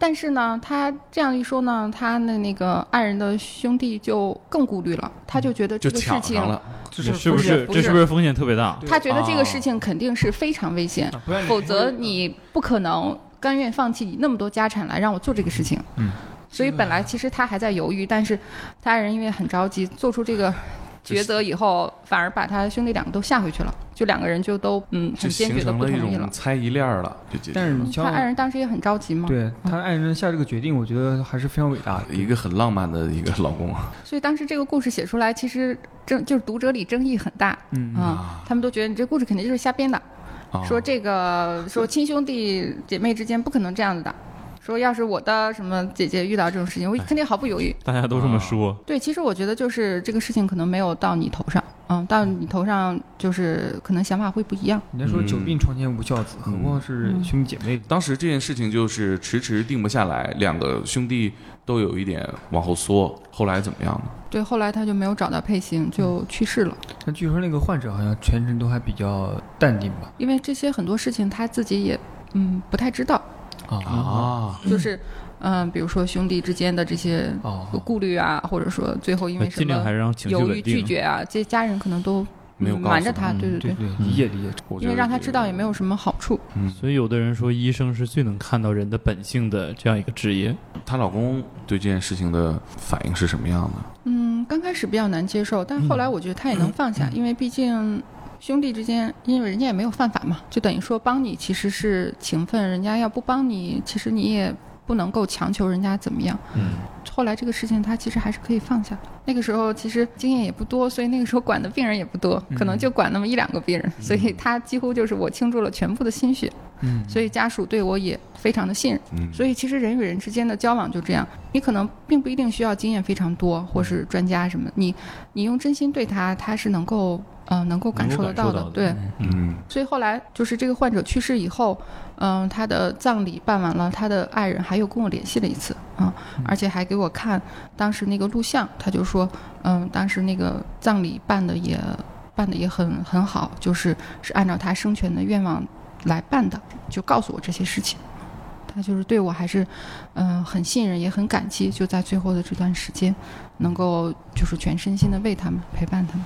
B: 但是呢，他这样一说呢，他的那个爱人的兄弟就更顾虑了，他就觉得
A: 嗯就
B: 这个事
A: 抢
B: 情
A: 上，了，
D: 这
C: 这
D: 是
C: 不
B: 是
C: 是
B: 不
C: 这
B: 是
C: 是不是风险特别大？
D: 对
B: 他觉得这个
A: 哦
B: 事情肯定是非常危险，
D: 啊不让你
B: 否则你不可能甘愿放弃你那么多家产来让我做这个事情。
D: 嗯，
B: 所以本来其实他还在犹豫，但是他爱人因为很着急，做出这个抉择以后，反而把他兄弟两个都吓回去了，就两个人就都嗯
A: 就
B: 很
A: 形
B: 坚决的
A: 成
B: 不
A: 了一
B: 同意
A: 种
B: 了。
A: 猜疑链儿了，就解决
D: 但是
A: 了
D: 你
B: 他
D: 像
B: 爱人当时也很着急嘛，
D: 对他爱人下这个决定，我觉得还是非常伟大的。
A: 一个很浪漫的一个老公啊，
B: 所以当时这个故事写出来，其实争就是读者里争议很大
D: 嗯，
B: 啊，他们都觉得你这故事肯定就是瞎编的。
C: 哦
A: 啊
B: 说这个说亲兄弟姐妹之间不可能这样子的。说要是我的什么姐姐遇到这种事情，我
C: 哎
B: 肯定毫不犹豫。
C: 大家都这么说，
B: 对，其实我觉得就是这个事情可能没有到你头上，嗯，到你头上就是可能想法会不一样。
D: 人家说久病床前无孝子，何况是兄弟姐妹？
A: 当时这件事情就是迟迟定不下来，两个兄弟都有一点往后缩。后来怎么样呢？
B: 对，后来他就没有找到配型，就
C: 嗯
B: 去世了。
D: 但据说那个患者好像全程都还比较淡定吧？
B: 因为这些很多事情他自己也嗯不太知道，嗯
D: 啊
B: 就是嗯、比如说兄弟之间的这些
D: 哦，
B: 顾虑啊，或者说最后因为什
C: 尽量
B: 么
C: 还是让情绪
B: 犹
C: 稳
B: 豫拒
C: 定。
B: 绝啊，这家人可能都
A: 没有
B: 嗯
A: 告诉
B: 瞒着他，对
D: 对
B: 对。嗯
D: 对，理解理解。
A: 我觉
B: 因
A: 得
B: 为让他
A: 这个
B: 知道也没有什么好处。
A: 嗯，
C: 所以有的人说，医生是最能看到人的本性的这样一个职业。
A: 她老公对这件事情的反应是什么样的？
B: 嗯，刚开始比较难接受，但后来我觉得他也能放下，因为毕竟兄弟之间，因为人家也没有犯法嘛，就等于说帮你其实是情分，人家要不帮你，其实你也不能够强求人家怎么样。
C: 嗯，
B: 后来这个事情他其实还是可以放下的。那个时候其实经验也不多，所以那个时候管的病人也不多，可
A: 嗯
B: 能就管那么一两个病人，所以他几乎就是我倾注了全部的心血，
D: 嗯，
B: 所以家属对我也非常的信任。
A: 嗯，
B: 所以其实人与人之间的交往就这样，你可能并不一定需要经验非常多或是专家什么的，你你用真心对他，他是能够呃能够感受得到
C: 能够感受到的
B: 对，
A: 嗯，
B: 所以后来就是这个患者去世以后，嗯、他的葬礼办完了，他的爱人还有跟我联系了一次啊、而且还给我看当时那个录像，他就说，嗯、当时那个葬礼办的也办的也很很好，就是是按照他生前的愿望来办的，就告诉我这些事情。他就是对我还是，嗯、很信任，也很感激，就在最后的这段时间，能够就是全身心的为他们陪伴他们。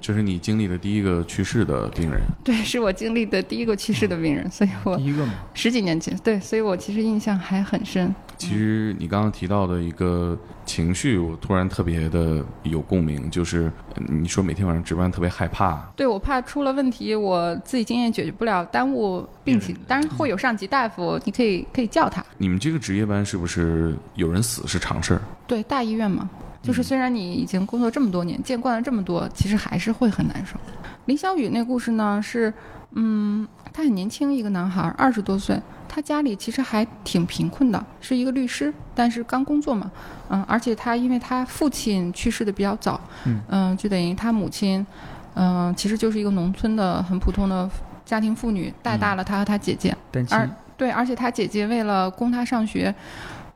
A: 这是你经历的第一个去世的病人，
B: 对，是我经历的第一个去世的病人，所以我
D: 第一个嘛，
B: 十几年前，对，所以我其实印象还很深。
A: 其实你刚刚提到的一个情绪，我突然特别的有共鸣，就是呃你说每天晚上值班特别害怕，
B: 对我怕出了问题，我自己经验解决不了，耽误病情，当然会有上级大夫，你可以可以叫他。
A: 你们这个职业班是不是有人死是常事儿？
B: 对，大医院嘛，就是虽然你已经工作这么多年，见惯了这么多，其实还是会很难受。林小雨那故事呢，是嗯，他很年轻，一个男孩，二十多岁，他家里其实还挺贫困的，是一个律师，但是刚工作嘛，嗯，而且他因为他父亲去世的比较早，
D: 嗯
B: 就等于他母亲，嗯、其实就是一个农村的很普通的家庭妇女，带大了他和他姐姐，
D: 单
B: 而
D: 亲
B: 对，而且他姐姐为了供他上学，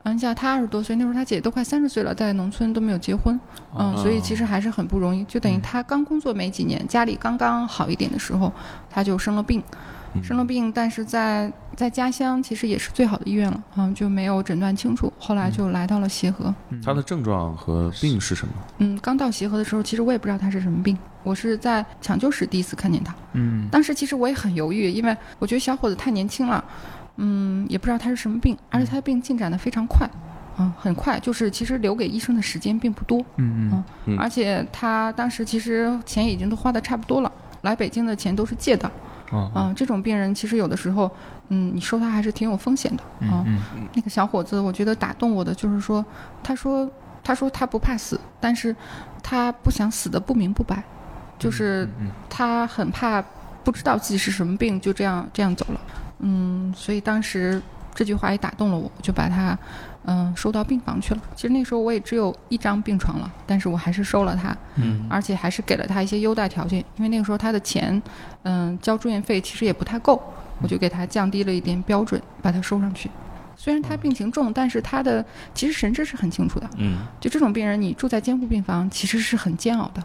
B: 嗯，你想他二十多岁，那时候他姐姐都快三十岁了，在农村都没有结婚，嗯，所以其实还是很不容易。就等于他刚工作没几年，家里刚刚好一点的时候，他就生了病，生了病，但是在在家乡其实也是最好的医院了，嗯，就没有诊断清楚，后来就来到了协和。
A: 他的症状和病是什么？
B: 嗯，刚到协和的时候，其实我也不知道他是什么病，我是在抢救室第一次看见他。
D: 嗯
B: 当时其实我也很犹豫，因为我觉得小伙子太年轻了，嗯，也不知道他是什么病，而且他的病进展的非常快，嗯，很快，就是其实留给医生的时间并不多，
D: 嗯嗯
A: 嗯
B: 而且他当时其实钱已经都花的差不多了。来北京的钱都是借的，
D: 哦
B: 嗯、这种病人其实有的时候，嗯，你收他还是挺有风险的，嗯
D: 嗯嗯
B: 那个小伙子，我觉得打动我的就是说，他说他说他不怕死，但是他不想死的不明不白，
D: 嗯
B: 就是他很怕不知道自己是什么病，就这样这样走了。嗯，所以当时这句话也打动了我，我就把他嗯、收到病房去了。其实那时候我也只有一张病床了，但是我还是收了他，
C: 嗯，
B: 而且还是给了他一些优待条件，因为那个时候他的钱嗯、交住院费其实也不太够，我就给他降低了一点标准，把他收上去。虽然他病情重，但是他的其实神志是很清楚的。
C: 嗯，
B: 就这种病人，你住在监护病房其实是很煎熬的。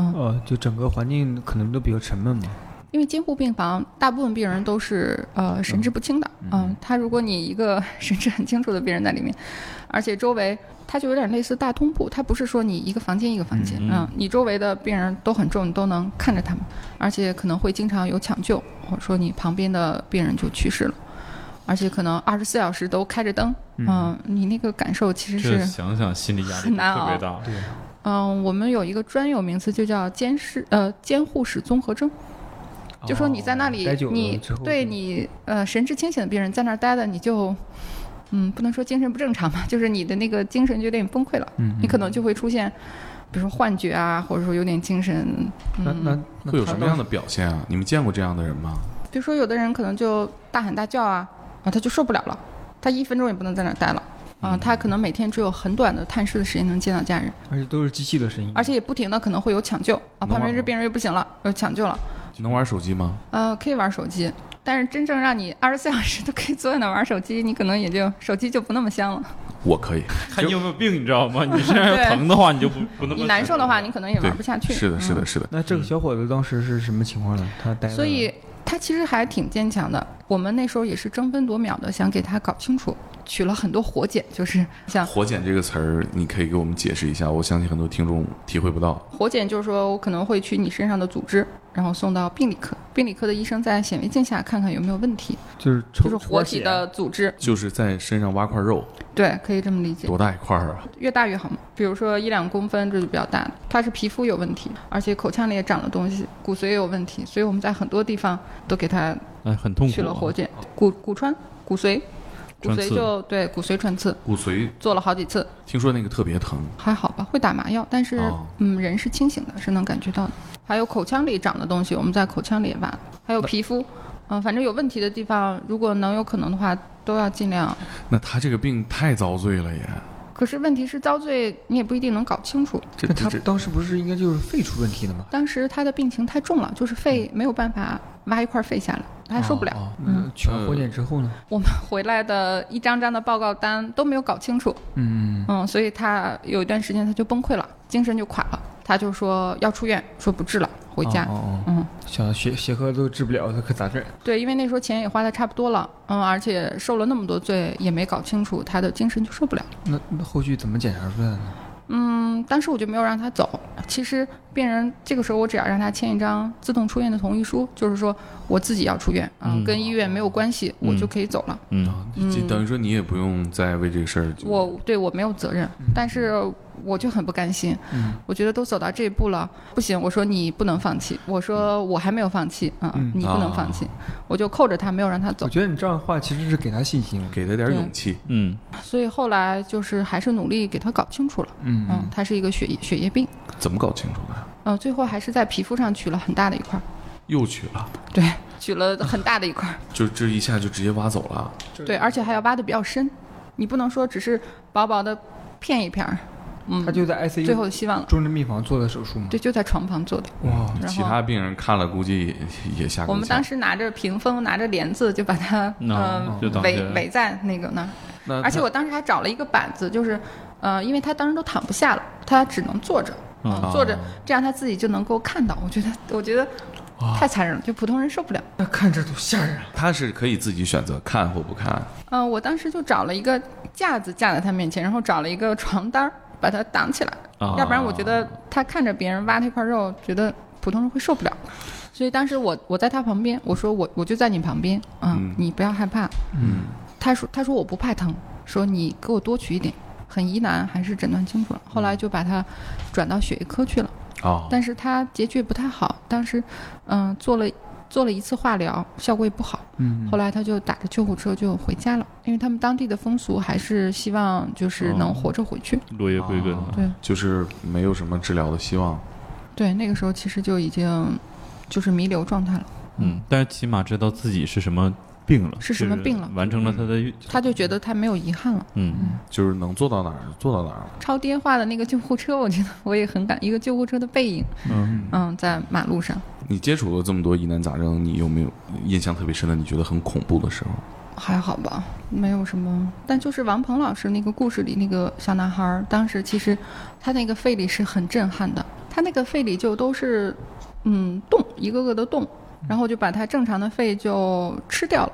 B: 嗯，
D: 呃，就整个环境可能都比较沉闷嘛。
B: 因为监护病房大部分病人都是呃神志不清的。嗯、他如果你一个 (laughs) 神志很清楚的病人在里面，而且周围他就有点类似大通铺，他不是说你一个房间一个房间，
C: 嗯
B: 嗯，你周围的病人都很重，你都能看着他们，而且可能会经常有抢救，或者说你旁边的病人就去世了。而且可能二十四小时都开着灯，嗯、你那个感受其实
C: 这
B: 是
C: 想想心理压力
B: 很难啊
C: 特
B: 熬
C: 别
B: (laughs)
C: 大。
D: 对，
B: 嗯，我们有一个专有名词，就叫监视呃监护室综合征，就说你在那里，
D: 哦待久了
B: 你
D: 之后
B: 对
D: 就
B: 你呃神志清醒的病人在那儿待着，你就嗯不能说精神不正常吧，就是你的那个精神就有点崩溃了，
D: 嗯，嗯
B: 你可能就会出现，比如说幻觉啊，或者说有点精神，
D: 那
B: 嗯，
D: 那那
A: 会有什么样
D: 的？
A: 的表现啊？你们见过这样的人吗？
B: 比如说有的人可能就大喊大叫啊，啊他就受不了了，他一分钟也不能在那儿待了。
D: 嗯
B: 啊、他可能每天只有很短的探视的时间能见到家人，
D: 而且都是机器的声音，
B: 而且也不停的可能会有抢救啊，
A: 能
B: 旁边
A: 吗
B: 这病人又不行了，又抢救了，
A: 能玩手机吗？
B: 呃，可以玩手机，但是真正让你二十四小时都可以坐在那儿玩手机，你可能也就手机就不那么香了。
A: 我可以。
C: 看你有没有病，你知道吗？你身上要疼的话，你就不不那么嗯
B: 你难受的话，你可能也玩不下去。
A: 是的，是的，是的。
D: 那这个小伙子当时是什么情况呢？他待了
B: 嗯所以他其实还挺坚强的。我们那时候也是争分夺秒的想给他搞清楚，取了很多活检，就是像
A: 活检这个词儿，你可以给我们解释一下，我相信很多听众体会不到。
B: 活检就是说我可能会取你身上的组织，然后送到病理科，病理科的医生在显微镜下看看有没有问题，
D: 就是
B: 就
D: 抽啊
B: 是活体的，组织，
A: 就是在身上挖块肉，
B: 对，可以这么理解。
A: 多大一块儿啊？
B: 越大越好嘛。比如说一两公分，这就比较大的。它是皮肤有问题，而且口腔里也长了东西，骨髓也有问题，所以我们在很多地方都给它
C: 哎，很痛苦啊。
B: 去了活检，骨骨穿、骨髓，骨
C: 穿
B: 髓
C: 刺
B: 就对骨髓穿刺，
A: 骨髓
B: 做了好几次，
A: 听说那个特别疼，
B: 还好吧，会打麻药，但是、
A: 哦
B: 嗯，人是清醒的，是能感觉到的。还有口腔里长的东西，我们在口腔里也挖了，还有皮肤，嗯、反正有问题的地方，如果能有可能的话，都要尽量。
A: 那他这个病太遭罪了也。
B: 可是问题是遭罪，你也不一定能搞清楚。
A: 这
D: 那他
A: 这
D: 当时不是应该就是肺出问题了吗？
B: 当时他的病情太重了，就是肺没有办法挖一块肺下来，他还受不了。
D: 嗯哦。哦那取完活检之后呢？
B: 我们回来的一张张的报告单都没有搞清楚，
D: 嗯，
B: 嗯，所以他有一段时间他就崩溃了，精神就垮了。他就说要出院，说不治了，回家。
D: 哦哦哦
B: 嗯，
D: 想到协协和都治不了，他可咋整？
B: 对，因为那时候钱也花的差不多了，嗯，而且受了那么多罪，也没搞清楚，他的精神就受不了。
D: 那那后续怎么检查出来的呢？
B: 嗯，当时我就没有让他走。其实病人这个时候，我只要让他签一张自动出院的同意书，就是说我自己要出院，嗯，
C: 嗯
B: 跟医院没有关系，我就可以走了。
C: 嗯，
A: 这啊等于说你也不用再为这个事儿就。
B: 我对我没有责任，但是我就很不甘心。
D: 嗯
B: 我觉得都走到这一步了，不行，我说你不能放弃，我说我还没有放弃，嗯，
D: 嗯
B: 你不能放弃，我就扣着他，没有让他走
D: 我。觉得你这样的话其实是给他信心了。
A: 给他点
B: 对
A: 勇气，
C: 嗯，
B: 所以后来就是还是努力给他搞清楚了，
D: 嗯
B: 嗯，他是一个血液血液病，
A: 怎么搞清楚的？
B: 嗯、最后还是在皮肤上取了很大的一块儿，
A: 又取了，
B: 对，取了很大的一块儿，
A: 就这一下就直接挖走了。
B: 对，而且还要挖的比较深，你不能说只是薄薄的片一片儿，嗯，
D: 他就在
B: 最
D: ICU
B: 后希望了，
D: 重症病房做的手术嘛。
B: 对，就在床旁做的。
D: 哇，
B: 然后
A: 嗯其他病人看了估计也也吓够呛。
B: 我们当时拿着屏风，拿着帘子，就把它
C: 那
B: 嗯
C: 就当
B: 围
C: 是
B: 围在那个那儿。
A: 那
B: 而且我当时还找了一个板子，就是呃，因为他当时都躺不下了，他只能坐着，嗯、
A: 啊
B: 坐着，这样他自己就能够看到。我觉得，我觉得太残忍了，就普通人受不了。
D: 那看着都吓人。
A: 他是可以自己选择看或不看，
B: 嗯、我当时就找了一个架子架在他面前，然后找了一个床单儿把它挡起来，
A: 哦
C: 啊
B: 要不然我觉得他看着别人挖那块肉，觉得普通人会受不了。所以当时我我在他旁边，我说我我就在你旁边，嗯
A: 嗯
B: 你不要害怕。
A: 嗯，
B: 他说他说我不怕疼，说你给我多取一点。很疑难，还是诊断清楚了。后来就把他转到血液科去了，
A: 嗯哦，
B: 但是他结局也不太好。当时，嗯、做了做了一次化疗，效果也不好。
D: 嗯，
B: 后来他就打着救护车就回家了，因为他们当地的风俗还是希望就是能活着回去。
C: 落叶归根了。
B: 对
A: 就是没有什么治疗的希望。
B: 对，那个时候其实就已经就是弥留状态了，
C: 嗯，但是起码知道自己是什么病了，
B: 是什么
C: 就
B: 病了
C: 完成了他的
B: 他就觉得他没有遗憾了。
C: 嗯
A: 就是能做到哪儿做到哪儿了。
B: 超跌化的那个救护车，我觉得我也很感，一个救护车的背影，
C: 嗯
B: 嗯，在马路上。
A: 你接触过这么多疑难杂症，你有没有印象特别深的？你觉得很恐怖的时候？
B: 还好吧，没有什么。但就是王鹏老师那个故事里那个小男孩儿，当时其实他那个肺里是很震撼的，他那个肺里就都是嗯洞，一个个的洞，然后就把他正常的肺就吃掉了，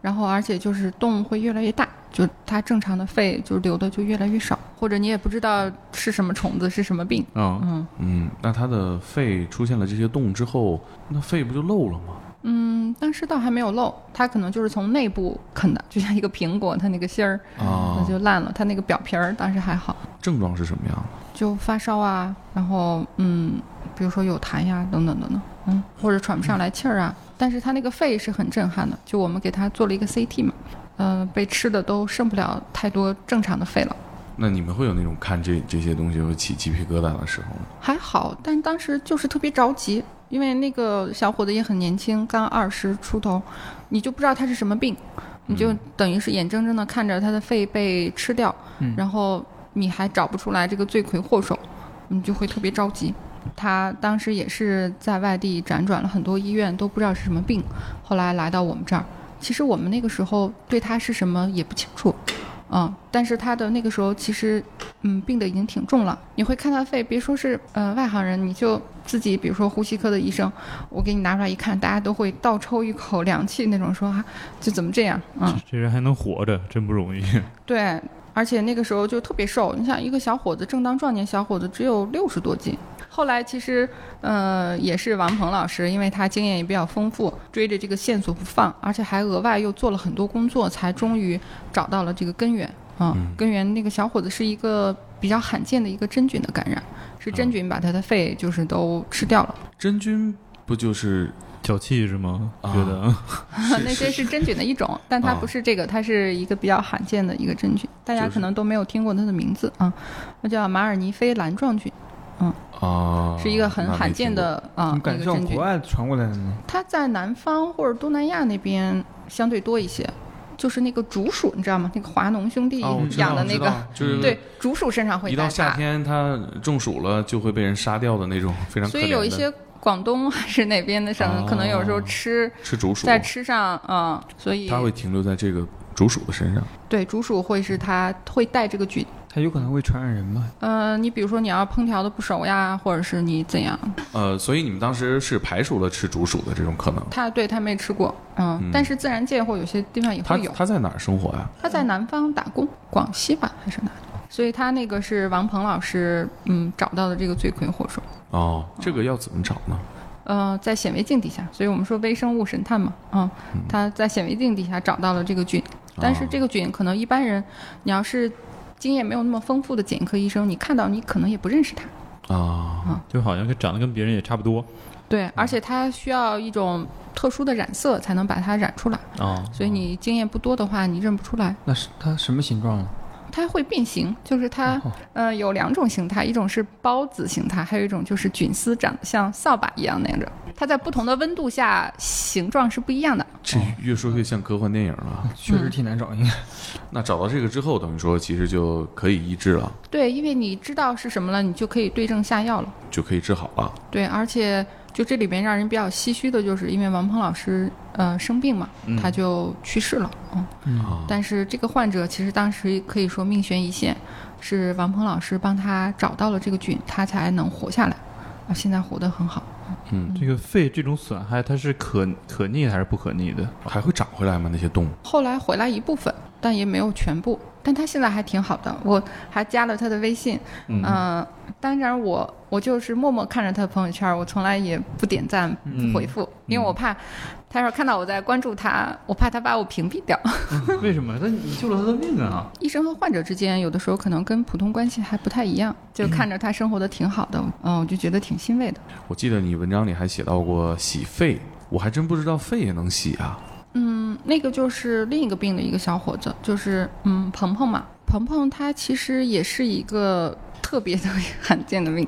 B: 然后而且就是洞会越来越大。就他正常的肺就流的就越来越少，或者你也不知道是什么虫子是什么病，
A: 嗯
B: 嗯
A: 嗯，那他的肺出现了这些洞之后，那肺不就漏了吗？
B: 嗯，但是倒还没有漏，它可能就是从内部啃的，就像一个苹果，它那个芯儿
A: 啊
B: 那，就烂了，它那个表皮儿当时还好，
A: 症状是什么样的？
B: 就发烧啊，然后嗯，比如说有痰呀等等等等，嗯，或者喘不上来气儿啊，但是它那个肺是很震撼的，就我们给它做了一个 CT 嘛，呃，被吃的都剩不了太多正常的肺了。
A: 那你们会有那种看这这些东西会起鸡皮疙瘩的时候吗？
B: 还好，但当时就是特别着急，因为那个小伙子也很年轻，刚二十出头，你就不知道他是什么病，你就等于是眼睁睁的看着他的肺被吃掉，
D: 嗯
B: 然后你还找不出来这个罪魁祸首，你就会特别着急。他当时也是在外地辗转了很多医院，都不知道是什么病，后来来到我们这儿。其实我们那个时候对他是什么也不清楚，嗯，但是他的那个时候其实嗯，病的已经挺重了。你会看他肺，别说是呃外行人，你就自己，比如说呼吸科的医生，我给你拿出来一看，大家都会倒抽一口凉气那种说，啊，就怎么这样？嗯，
C: 这人还能活着，真不 (laughs) 容易。
B: 对。而且那个时候就特别瘦，你想一个小伙子，正当壮年小伙子只有六十多斤。后来其实，呃，也是王鹏老师，因为他经验也比较丰富，追着这个线索不放，而且还额外又做了很多工作，才终于找到了这个根源。啊、
A: 嗯
B: 根源那个小伙子是一个比较罕见的一个真菌的感染，是真菌把他的肺就是都吃掉了，
A: 真菌不就是
C: 脚气是吗？
A: 啊
C: 觉得
B: 那些是真菌的一种，但它
A: 啊
B: 不是这个，它是一个比较罕见的一个真菌，大家
A: 就是
B: 可能都没有听过它的名字啊，那叫马尔尼非蓝状菌，
A: 啊？
B: 是一个很
A: 那没
B: 罕见
A: 听过
B: 的啊
D: 你
B: 一
D: 感
B: 个真
D: 觉像
B: 菌
D: 国。外传过来的呢？
B: 它在南方或者东南亚那边相对多一些，就是那个竹鼠，你知道吗？那个华农兄弟
A: 啊我知道
B: 嗯养的
A: 我
B: 那
A: 知
B: 个， (laughs)
A: 道就是
B: 对，竹鼠身上会
A: 一到
B: 带
A: 夏
B: 它
A: 天它中暑了就会被人杀掉的那
B: (laughs)
A: 种，非常可
B: 所
A: 怜的
B: 以有一些广东还是哪边的省，
A: 哦
B: 可能有时候吃
A: 吃竹鼠，
B: 在吃上，嗯，所以
A: 它会停留在这个竹鼠的身上。
B: 对竹鼠会是它会带这个菌。
D: 它有可能会传染人吗？
B: 呃，你比如说你要烹调的不熟呀，或者是你怎样，
A: 呃，所以你们当时是排除了吃竹鼠的这种可能。
B: 它对它没吃过，嗯，
A: 嗯
B: 但是自然界或有些地方也
A: 它
B: 会有。
A: 它在哪儿生活呀、
B: 他在南方打工，广西吧还是哪里？所以他那个是王鹏老师，嗯，找到的这个罪魁祸首。
A: 哦，
B: 嗯
A: 这个要怎么找呢？
B: 呃，在显微镜底下，所以我们说微生物神探嘛，嗯，哦他在显微镜底下找到了这个菌，但
A: 哦
B: 是这个菌可能一般人，你要是经验没有那么丰富的检科医生，你看到你可能也不认识他。
A: 啊，
B: 嗯
C: 就好像跟长得跟别人也差不多
B: 对，而且它需要一种特殊的染色才能把它染出来，
C: 啊。
B: 所以你经验不多的话，你认不出来。
D: 那是它什么形状了？
B: 它会变形，就是它、
D: 哦
B: 呃有两种形态，一种是孢子形态，还有一种就是菌丝长得像扫把一样那样的。它在不同的温度下形状是不一样的。
A: 这越说越像科幻电影了。
B: 嗯
D: 确实挺难找，应该。
A: 那找到这个之后，等于说其实就可以医治了，
B: 对，因为你知道是什么了，你就可以对症下药了。
A: 就可以治好了。
B: 对，而且就这里边让人比较唏嘘的就是，因为王鹏老师呃生病嘛，他就去世了。嗯，
A: 啊，
B: 但是这个患者其实当时可以说命悬一线，是王鹏老师帮他找到了这个菌，他才能活下来。啊，现在活得很好。
A: 嗯，
C: 这个肺这种损害，它是可可逆还是不可逆的？
A: 还会长回来吗？那些洞？
B: 后来回来一部分，但也没有全部。但他现在还挺好的，我还加了他的微信。嗯、当然我我就是默默看着他的朋友圈，我从来也不点赞、不回复，因为我怕他要是看到我在关注他，我怕他把我屏蔽掉。嗯
C: 为什么？那你救了他的命啊！
B: 医生和患者之间有的时候可能跟普通关系还不太一样，就看着他生活的挺好的，嗯，我就觉得挺欣慰的。
A: 我记得你文章里还写到过洗肺，我还真不知道肺也能洗啊。
B: 嗯，那个就是另一个病的一个小伙子，就是嗯，鹏鹏嘛。鹏鹏他其实也是一个特别特别罕见的病，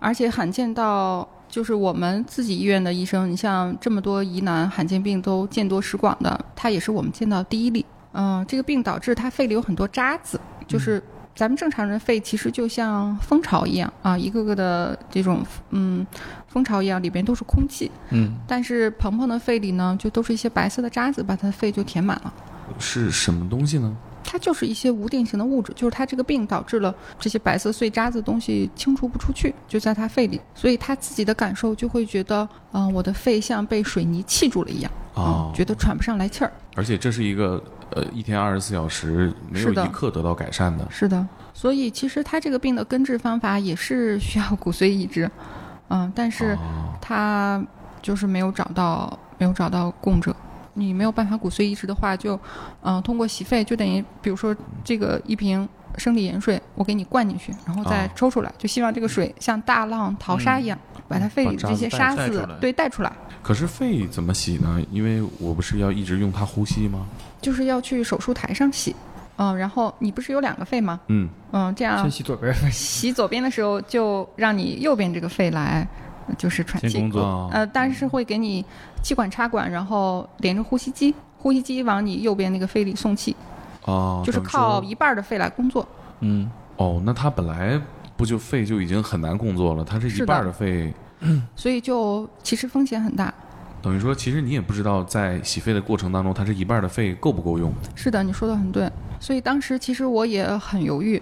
B: 而且罕见到就是我们自己医院的医生，你像这么多疑难罕见病都见多识广的，他也是我们见到第一例。嗯、这个病导致他肺里有很多渣子，就是咱们正常人肺其实就像蜂巢一样啊，一个个的这种嗯蜂巢一样，里边都是空气。
C: 嗯，
B: 但是鹏鹏的肺里呢，就都是一些白色的渣子，把他的肺就填满了。
A: 是什么东西呢？
B: 它就是一些无定型的物质，就是它这个病导致了这些白色碎渣子的东西清除不出去，就在他肺里，所以他自己的感受就会觉得，嗯、我的肺像被水泥砌住了一样，
A: 哦
B: 嗯，觉得喘不上来气儿。
A: 而且这是一个呃一天二十四小时没有
B: 是的
A: 一刻得到改善的。
B: 是的，所以其实他这个病的根治方法也是需要骨髓移植，嗯，但是
A: 哦
B: 他就是没有找到没有找到供者。你没有办法骨髓移植的话，就，嗯、通过洗肺就等于，比如说这个一瓶生理盐水，我给你灌进去，然后再
A: 哦
B: 抽出来，就希望这个水像大浪淘沙一样，把它肺里
C: 嗯
B: 的
C: 把渣
B: 这
C: 子
B: 些
C: 带
B: 沙
C: 带
B: 子
C: 出来
B: 对带出来，
A: 可是肺怎么洗呢？因为我不是要一直用它呼吸吗？
B: 就是要去手术台上洗，嗯、然后你不是有两个肺吗？
A: 嗯，
B: 嗯、这样
D: 先洗左边儿， (laughs)
B: 洗左边的时候，就让你右边这个肺来，呃就是喘
C: 先
B: 气
C: 工。作，
A: 啊
B: 呃，但是会给你气管插管，然后连着呼吸机，呼吸机往你右边那个肺里送气，
A: 哦，
B: 呃就是
A: 等于说
B: 靠一半儿的肺来工作。
C: 嗯，
A: 哦，那它本来不就肺就已经很难工作了，它是
B: 是
A: 一
B: 的
A: 半儿的肺，
B: 所以就其实风险很大。
A: 等于说其实你也不知道在洗肺的过程当中，它这一半儿的肺够不够用。
B: 是的，你说的很对。所以当时其实我也很犹豫，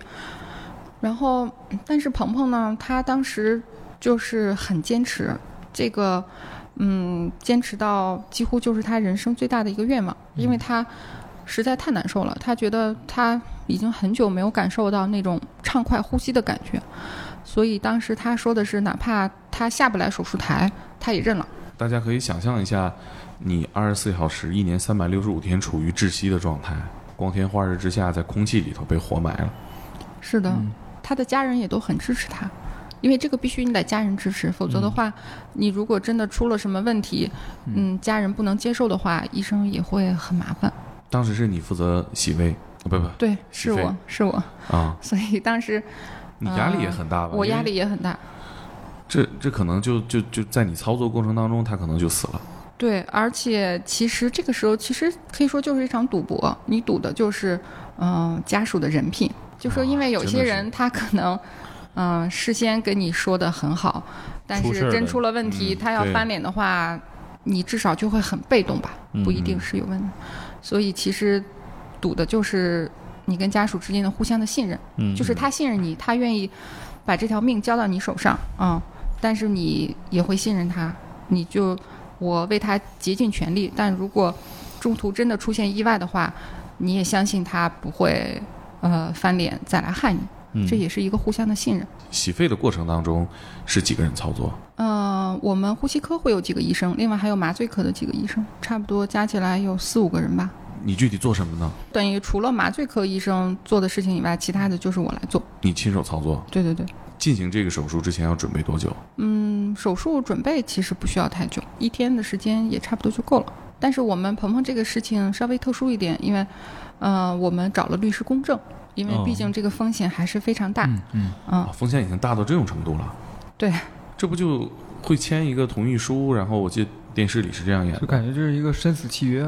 B: 然后但是鹏鹏呢，他当时就是很坚持，这个嗯，坚持到几乎就是他人生最大的一个愿望，因为他实在太难受了，他觉得他已经很久没有感受到那种畅快呼吸的感觉，所以当时他说的是，哪怕他下不来手术台，他也认了。
A: 大家可以想象一下，你二十四小时、一年三百六十五天处于窒息的状态，光天化日之下，在空气里头被活埋了。
B: 是的，
A: 嗯
B: 他的家人也都很支持他，因为这个必须你得家人支持，否
A: 嗯
B: 则的话，你如果真的出了什么问题，嗯，家人不能接受的话，医生也会很麻烦。
A: 当时是你负责洗胃，啊不不
B: 对，
A: 是
B: 是
A: 非
B: 我是我， (laughs)
A: 啊，
B: 所以当时
A: 你压力也很大吧？
B: 我压
A: 因为
B: 力也很大。
A: 这这可能就就就在你操作过程当中，他可能就死了。
B: 对，而且其实这个时候，其实可以说就是一场赌博，你赌的就是，嗯、家属的人品。就说因为有
A: 啊真
B: 些
A: 的是
B: 人他可能，嗯、事先跟你说的很好，但
C: 出事儿
B: 是真
C: 了
B: 出了问题，
A: 嗯
B: 他要
A: 对
B: 翻脸的话，你至少就会很被动吧，
C: 嗯
B: 不一
A: 嗯
B: 定是有问题。所以其实赌的就是你跟家属之间的互相的信任。
C: 嗯，
B: 就是他信任你，他愿意把这条命交到你手上啊、但是你也会信任他，你就我为他竭尽全力，但如果中途真的出现意外的话，你也相信他不会呃翻脸再来害你，
C: 嗯
B: 这也是一个互相的信任。
A: 洗肺的过程当中是几个人操作？
B: 嗯、我们呼吸科会有几个医生，另外还有麻醉科的几个医生，差不多加起来有四五个人吧。
A: 你具体做什么呢？
B: 等于除了麻醉科医生做的事情以外，其他的就是我来做。
A: 你亲手操作？
B: 对对对。
A: 进行这个手术之前要准备多久？
B: 嗯，手术准备其实不需要太久，一天的时间也差不多就够了。但是我们鹏鹏这个事情稍微特殊一点，因为，呃，我们找了律师公证，因为
C: 哦
B: 毕竟这个风险还是非常大。
D: 嗯嗯，
A: 啊，风险已经大到这种程度了。
B: 对，
A: 这不就会签一个同意书，然后我记得电视里是这样演
D: 就
A: 的。
D: 感觉这是一个生死契约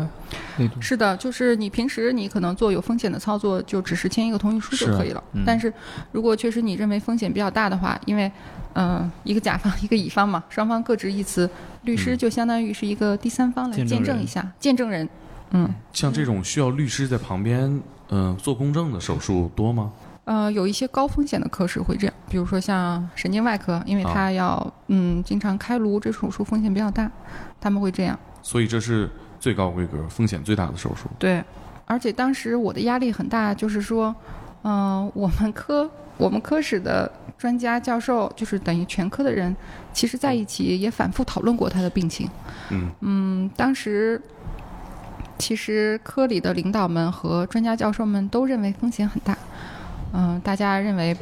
D: 那种。
B: 是的，就是你平时你可能做有风险的操作，就只是签一个同意书
A: 是
B: 就
A: 啊
B: 可以了。
C: 嗯
B: 但是如果确实你认为风险比较大的话，因为，呃，一个甲方一个乙方嘛，双方各执一词，律师就相当于是一个第三方来
C: 嗯见证
B: 见证
C: 人
B: 一下，见证人。嗯，
A: 像这种需要律师在旁边，嗯、做公证的手术多吗？
B: 呃，有一些高风险的科室会这样，比如说像神经外科，因为
A: 啊
B: 它要、嗯经常开颅，这手术风险比较大，他们会这样。
A: 所以这是最高规格、风险最大的手术。
B: 对，而且当时我的压力很大，就是说，嗯、我们科我们科室的专家教授，就是等于全科的人，其实在一起也反复讨论过他的病情。
A: 嗯
B: 嗯，当时其实科里的领导们和专家教授们都认为风险很大，嗯、大家认为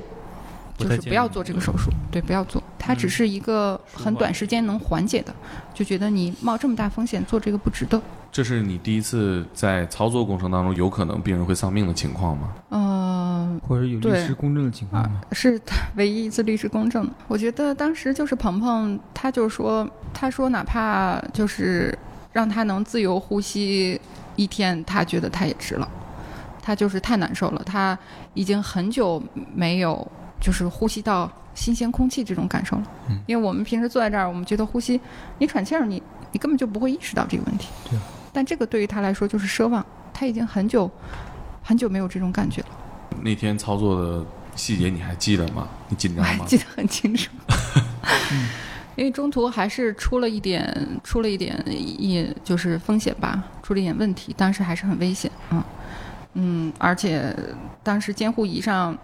C: 不
B: 就
C: 太
B: 是
C: 建
B: 不要
C: 议嗯
B: 做这个手术，对，不要做，它只是一个很短时间能缓解的，就觉得你冒这么大风险做这个不值得。
A: 这是你第一次在操作过程当中有可能病人会丧命的情况吗？
B: 嗯、
D: 或者有律
B: 对啊
D: 师公证的情况吗？
B: 是唯一一次律师公证的。我觉得当时就是鹏鹏，他就说，他说哪怕就是让他能自由呼吸一天，他觉得他也值了。他就是太难受了，他已经很久没有就是呼吸到新鲜空气这种感受了。
D: 嗯
B: 因为我们平时坐在这儿，我们觉得呼吸，你喘气儿，你你根本就不会意识到这个问题。
D: 对啊
B: 但这个对于他来说就是奢望，他已经很久很久没有这种感觉了，
A: 那天操作的细节你还记得吗？你紧
B: 我
A: 张
B: 还
A: 吗？
B: 记得很清
A: (laughs)
B: 楚。因为中途还是出了一点，出了一点，也就是风险吧，出了一点问题，当时还是很危险啊，嗯，而且当时监护仪上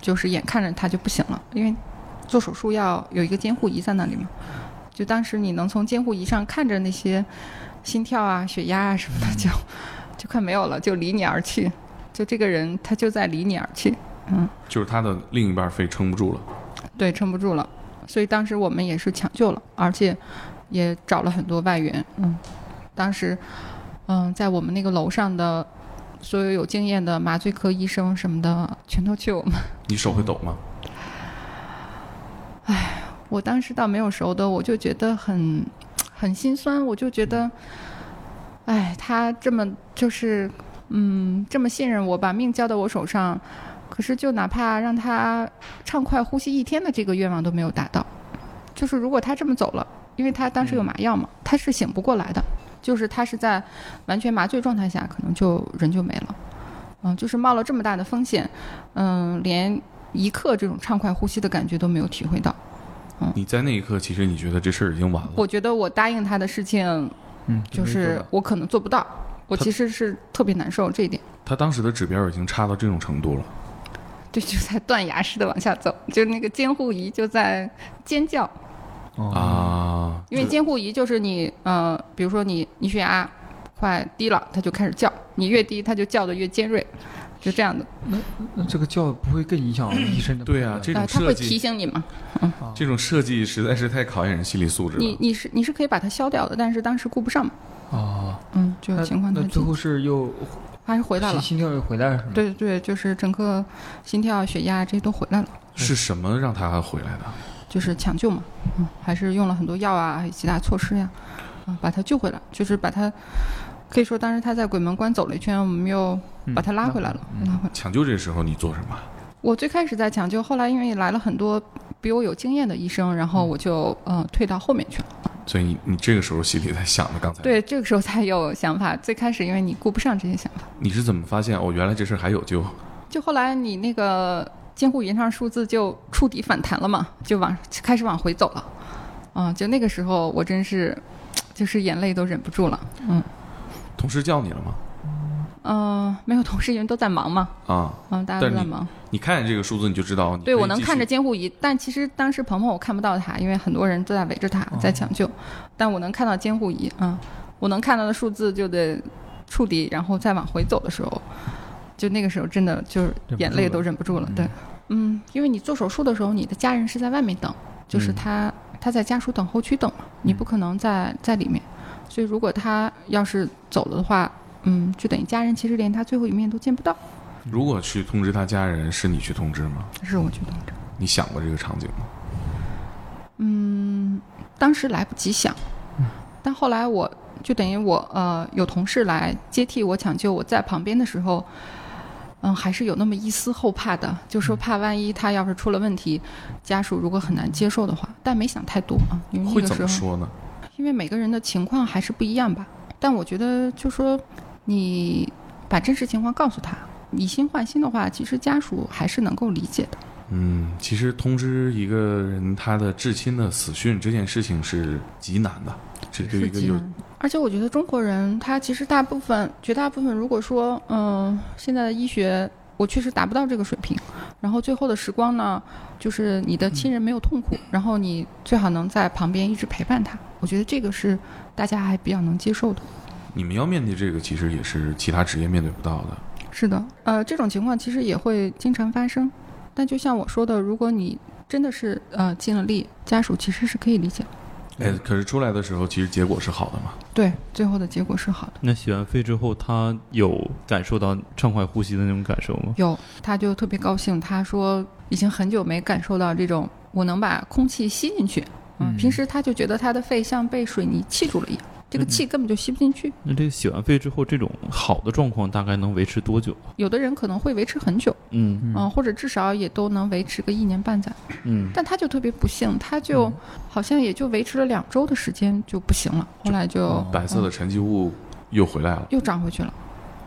B: 就是眼看着他就不行了，因为做手术要有一个监护仪在那里嘛，就当时你能从监护仪上看着那些心跳啊、血压啊什么的就就快没有了，就离你而去，就这个人他就在离你而去，
A: 就是他的另一半肺撑不住了，
B: 对，撑不住了，所以当时我们也是抢救了，而且也找了很多外援。嗯，当时，嗯，在我们那个楼上的所有有经验的麻醉科医生什么的，全都去我们。
A: 你手会抖吗？
B: 我当时倒没有熟的，我就觉得很很心酸，我就觉得，哎，他这么就是，嗯，这么信任我，把命交到我手上，可是就哪怕让他畅快呼吸一天的这个愿望都没有达到。就是如果他这么走了，因为他当时有麻药嘛，他是醒不过来的，就是他是在完全麻醉状态下，可能就人就没了。嗯，就是冒了这么大的风险，嗯，连一刻这种畅快呼吸的感觉都没有体会到。
A: 你在那一刻，其实你觉得这事儿已经完了，
B: 嗯我觉得我答应他的事情，
D: 嗯，
B: 就
D: 没做
B: 是
D: 到
B: 我可能做不到，我
A: 他
B: 其实是特别难受这一点。
A: 他当时的指标已经差到这种程度了。
B: 对，就在断崖式的往下走，就是那个监护仪就在尖叫，
D: 哦
A: 啊，
B: 因为监护仪就是你呃，比如说你你血压快低了，它就开始叫，你越低它就叫的越尖锐，就这样的。
D: 那这个觉不会更影响医生的
A: 对啊
D: 判断
A: 这种
B: 啊，它
A: 设
B: 会
A: 计
B: 提醒你嘛？
A: 这种设计实在是太考验人心理素质
B: 你
A: 了。
B: 你是你是可以把它消掉的，但是当时顾不上嘛，
D: 哦，
B: 嗯，就
D: 那
B: 情况
D: 那
B: 太
D: 最后是又
B: 还是回来了。
D: 心跳又回来了是吗？，
B: 对对，就是整个心跳、血压这些都回来了。
A: 是什么让他回来的？
B: 就是抢救嘛，嗯，还是用了很多药啊，还有其他措施呀、啊，把他救回来，就是把他，可以说当时他在鬼门关走了一圈，我们又
D: 嗯
B: 把他拉回来了，嗯拉回来。
A: 抢救这时候你做什么？
B: 我最开始在抢救，后来因为来了很多比我有经验的医生，然后我就呃退到后面去了。
A: 所以你你这个时候心里在想着刚才，，
B: 对，这个时候才有想法。最开始因为你顾不上这些想法，
A: 你是怎么发现哦？原来这事儿还有救，
B: 就后来你那个监护仪上数字就触底反弹了嘛，就往开始往回走了。嗯，就那个时候我真是，就是眼泪都忍不住了。嗯。
A: 同事叫你了吗？
B: 嗯，没有同事，因为都在忙嘛， (laughs)
A: 啊，
B: 嗯，大家
A: 但是
B: 都在
A: 你
B: 忙。
A: 你看见这个数字你就知道，你
B: 对，
A: 可以
B: 我能
A: 继续
B: 看着。监护仪，但其实当时鹏鹏我看不到他，因为很多人都在围着他
A: 哦
B: 在抢救，但我能看到监护仪，嗯，我能看到的数字就得触底，然后再往回走的时候，就那个时候真的就是
D: 忍不
B: 眼
D: 住
B: 泪
D: 了
B: 都忍不住了，对，嗯，因为你做手术的时候，你的家人是在外面等，
A: 嗯
B: 就是他、他在家属等候区等嘛，你不可能在在里面，所以如果他要是走了的话，嗯，就等于家人其实连他最后一面都见不到。
A: 如果去通知他家人，是你去通知吗？
B: 是我去通知。
A: 你想过这个场景吗？
B: 当时来不及想，
A: 嗯
B: 但后来我就等于我呃有同事来接替我抢救，我在旁边的时候，嗯，还是有那么一丝后怕的，就
A: 嗯
B: 说怕万一他要是出了问题，家属如果很难接受的话，但没想太多啊，因为
A: 会
B: 那个
A: 怎
B: 时
A: 么
B: 候，
A: 说呢？
B: 因为每个人的情况还是不一样吧。但我觉得就说你把真实情况告诉他，以心换心的话，其实家属还是能够理解的。
A: 嗯，其实通知一个人他的至亲的死讯这件事情是极难的，这对于一个有
B: 而且我觉得中国人他其实大部分、绝大部分，如果说嗯、现在的医学我确实达不到这个水平，然后最后的时光呢，就是你的亲人没有痛苦，然后你最好能在旁边一直陪伴他，我觉得这个是大家还比较能接受的。
A: 你们要面对这个，其实也是其他职业面对不到的。
B: 是的，呃，这种情况其实也会经常发生，但就像我说的，如果你真的是呃尽了力，家属其实是可以理解的，
A: 哎，可是出来的时候，其实结果是好的嘛。
B: 对，最后的结果是好的。
C: 那洗完肺之后，他有感受到畅快呼吸的那种感受吗？
B: 有，他就特别高兴，他说已经很久没感受到这种我能把空气吸进去。嗯，平时他就觉得他的肺像被水泥砌住了一样，这个气根本就吸不进去。
C: 那这个洗完肺之后，这种好的状况大概能维持多久？
B: 有的人可能会维持很久，
C: 嗯
B: 嗯、或者至少也都能维持个一年半载，
C: 嗯，
B: 但他就特别不幸，他就好像也就维持了两周的
D: 嗯
B: 时间就不行了，后来就
A: 白色的沉积物又回来了，
B: 又长回去了。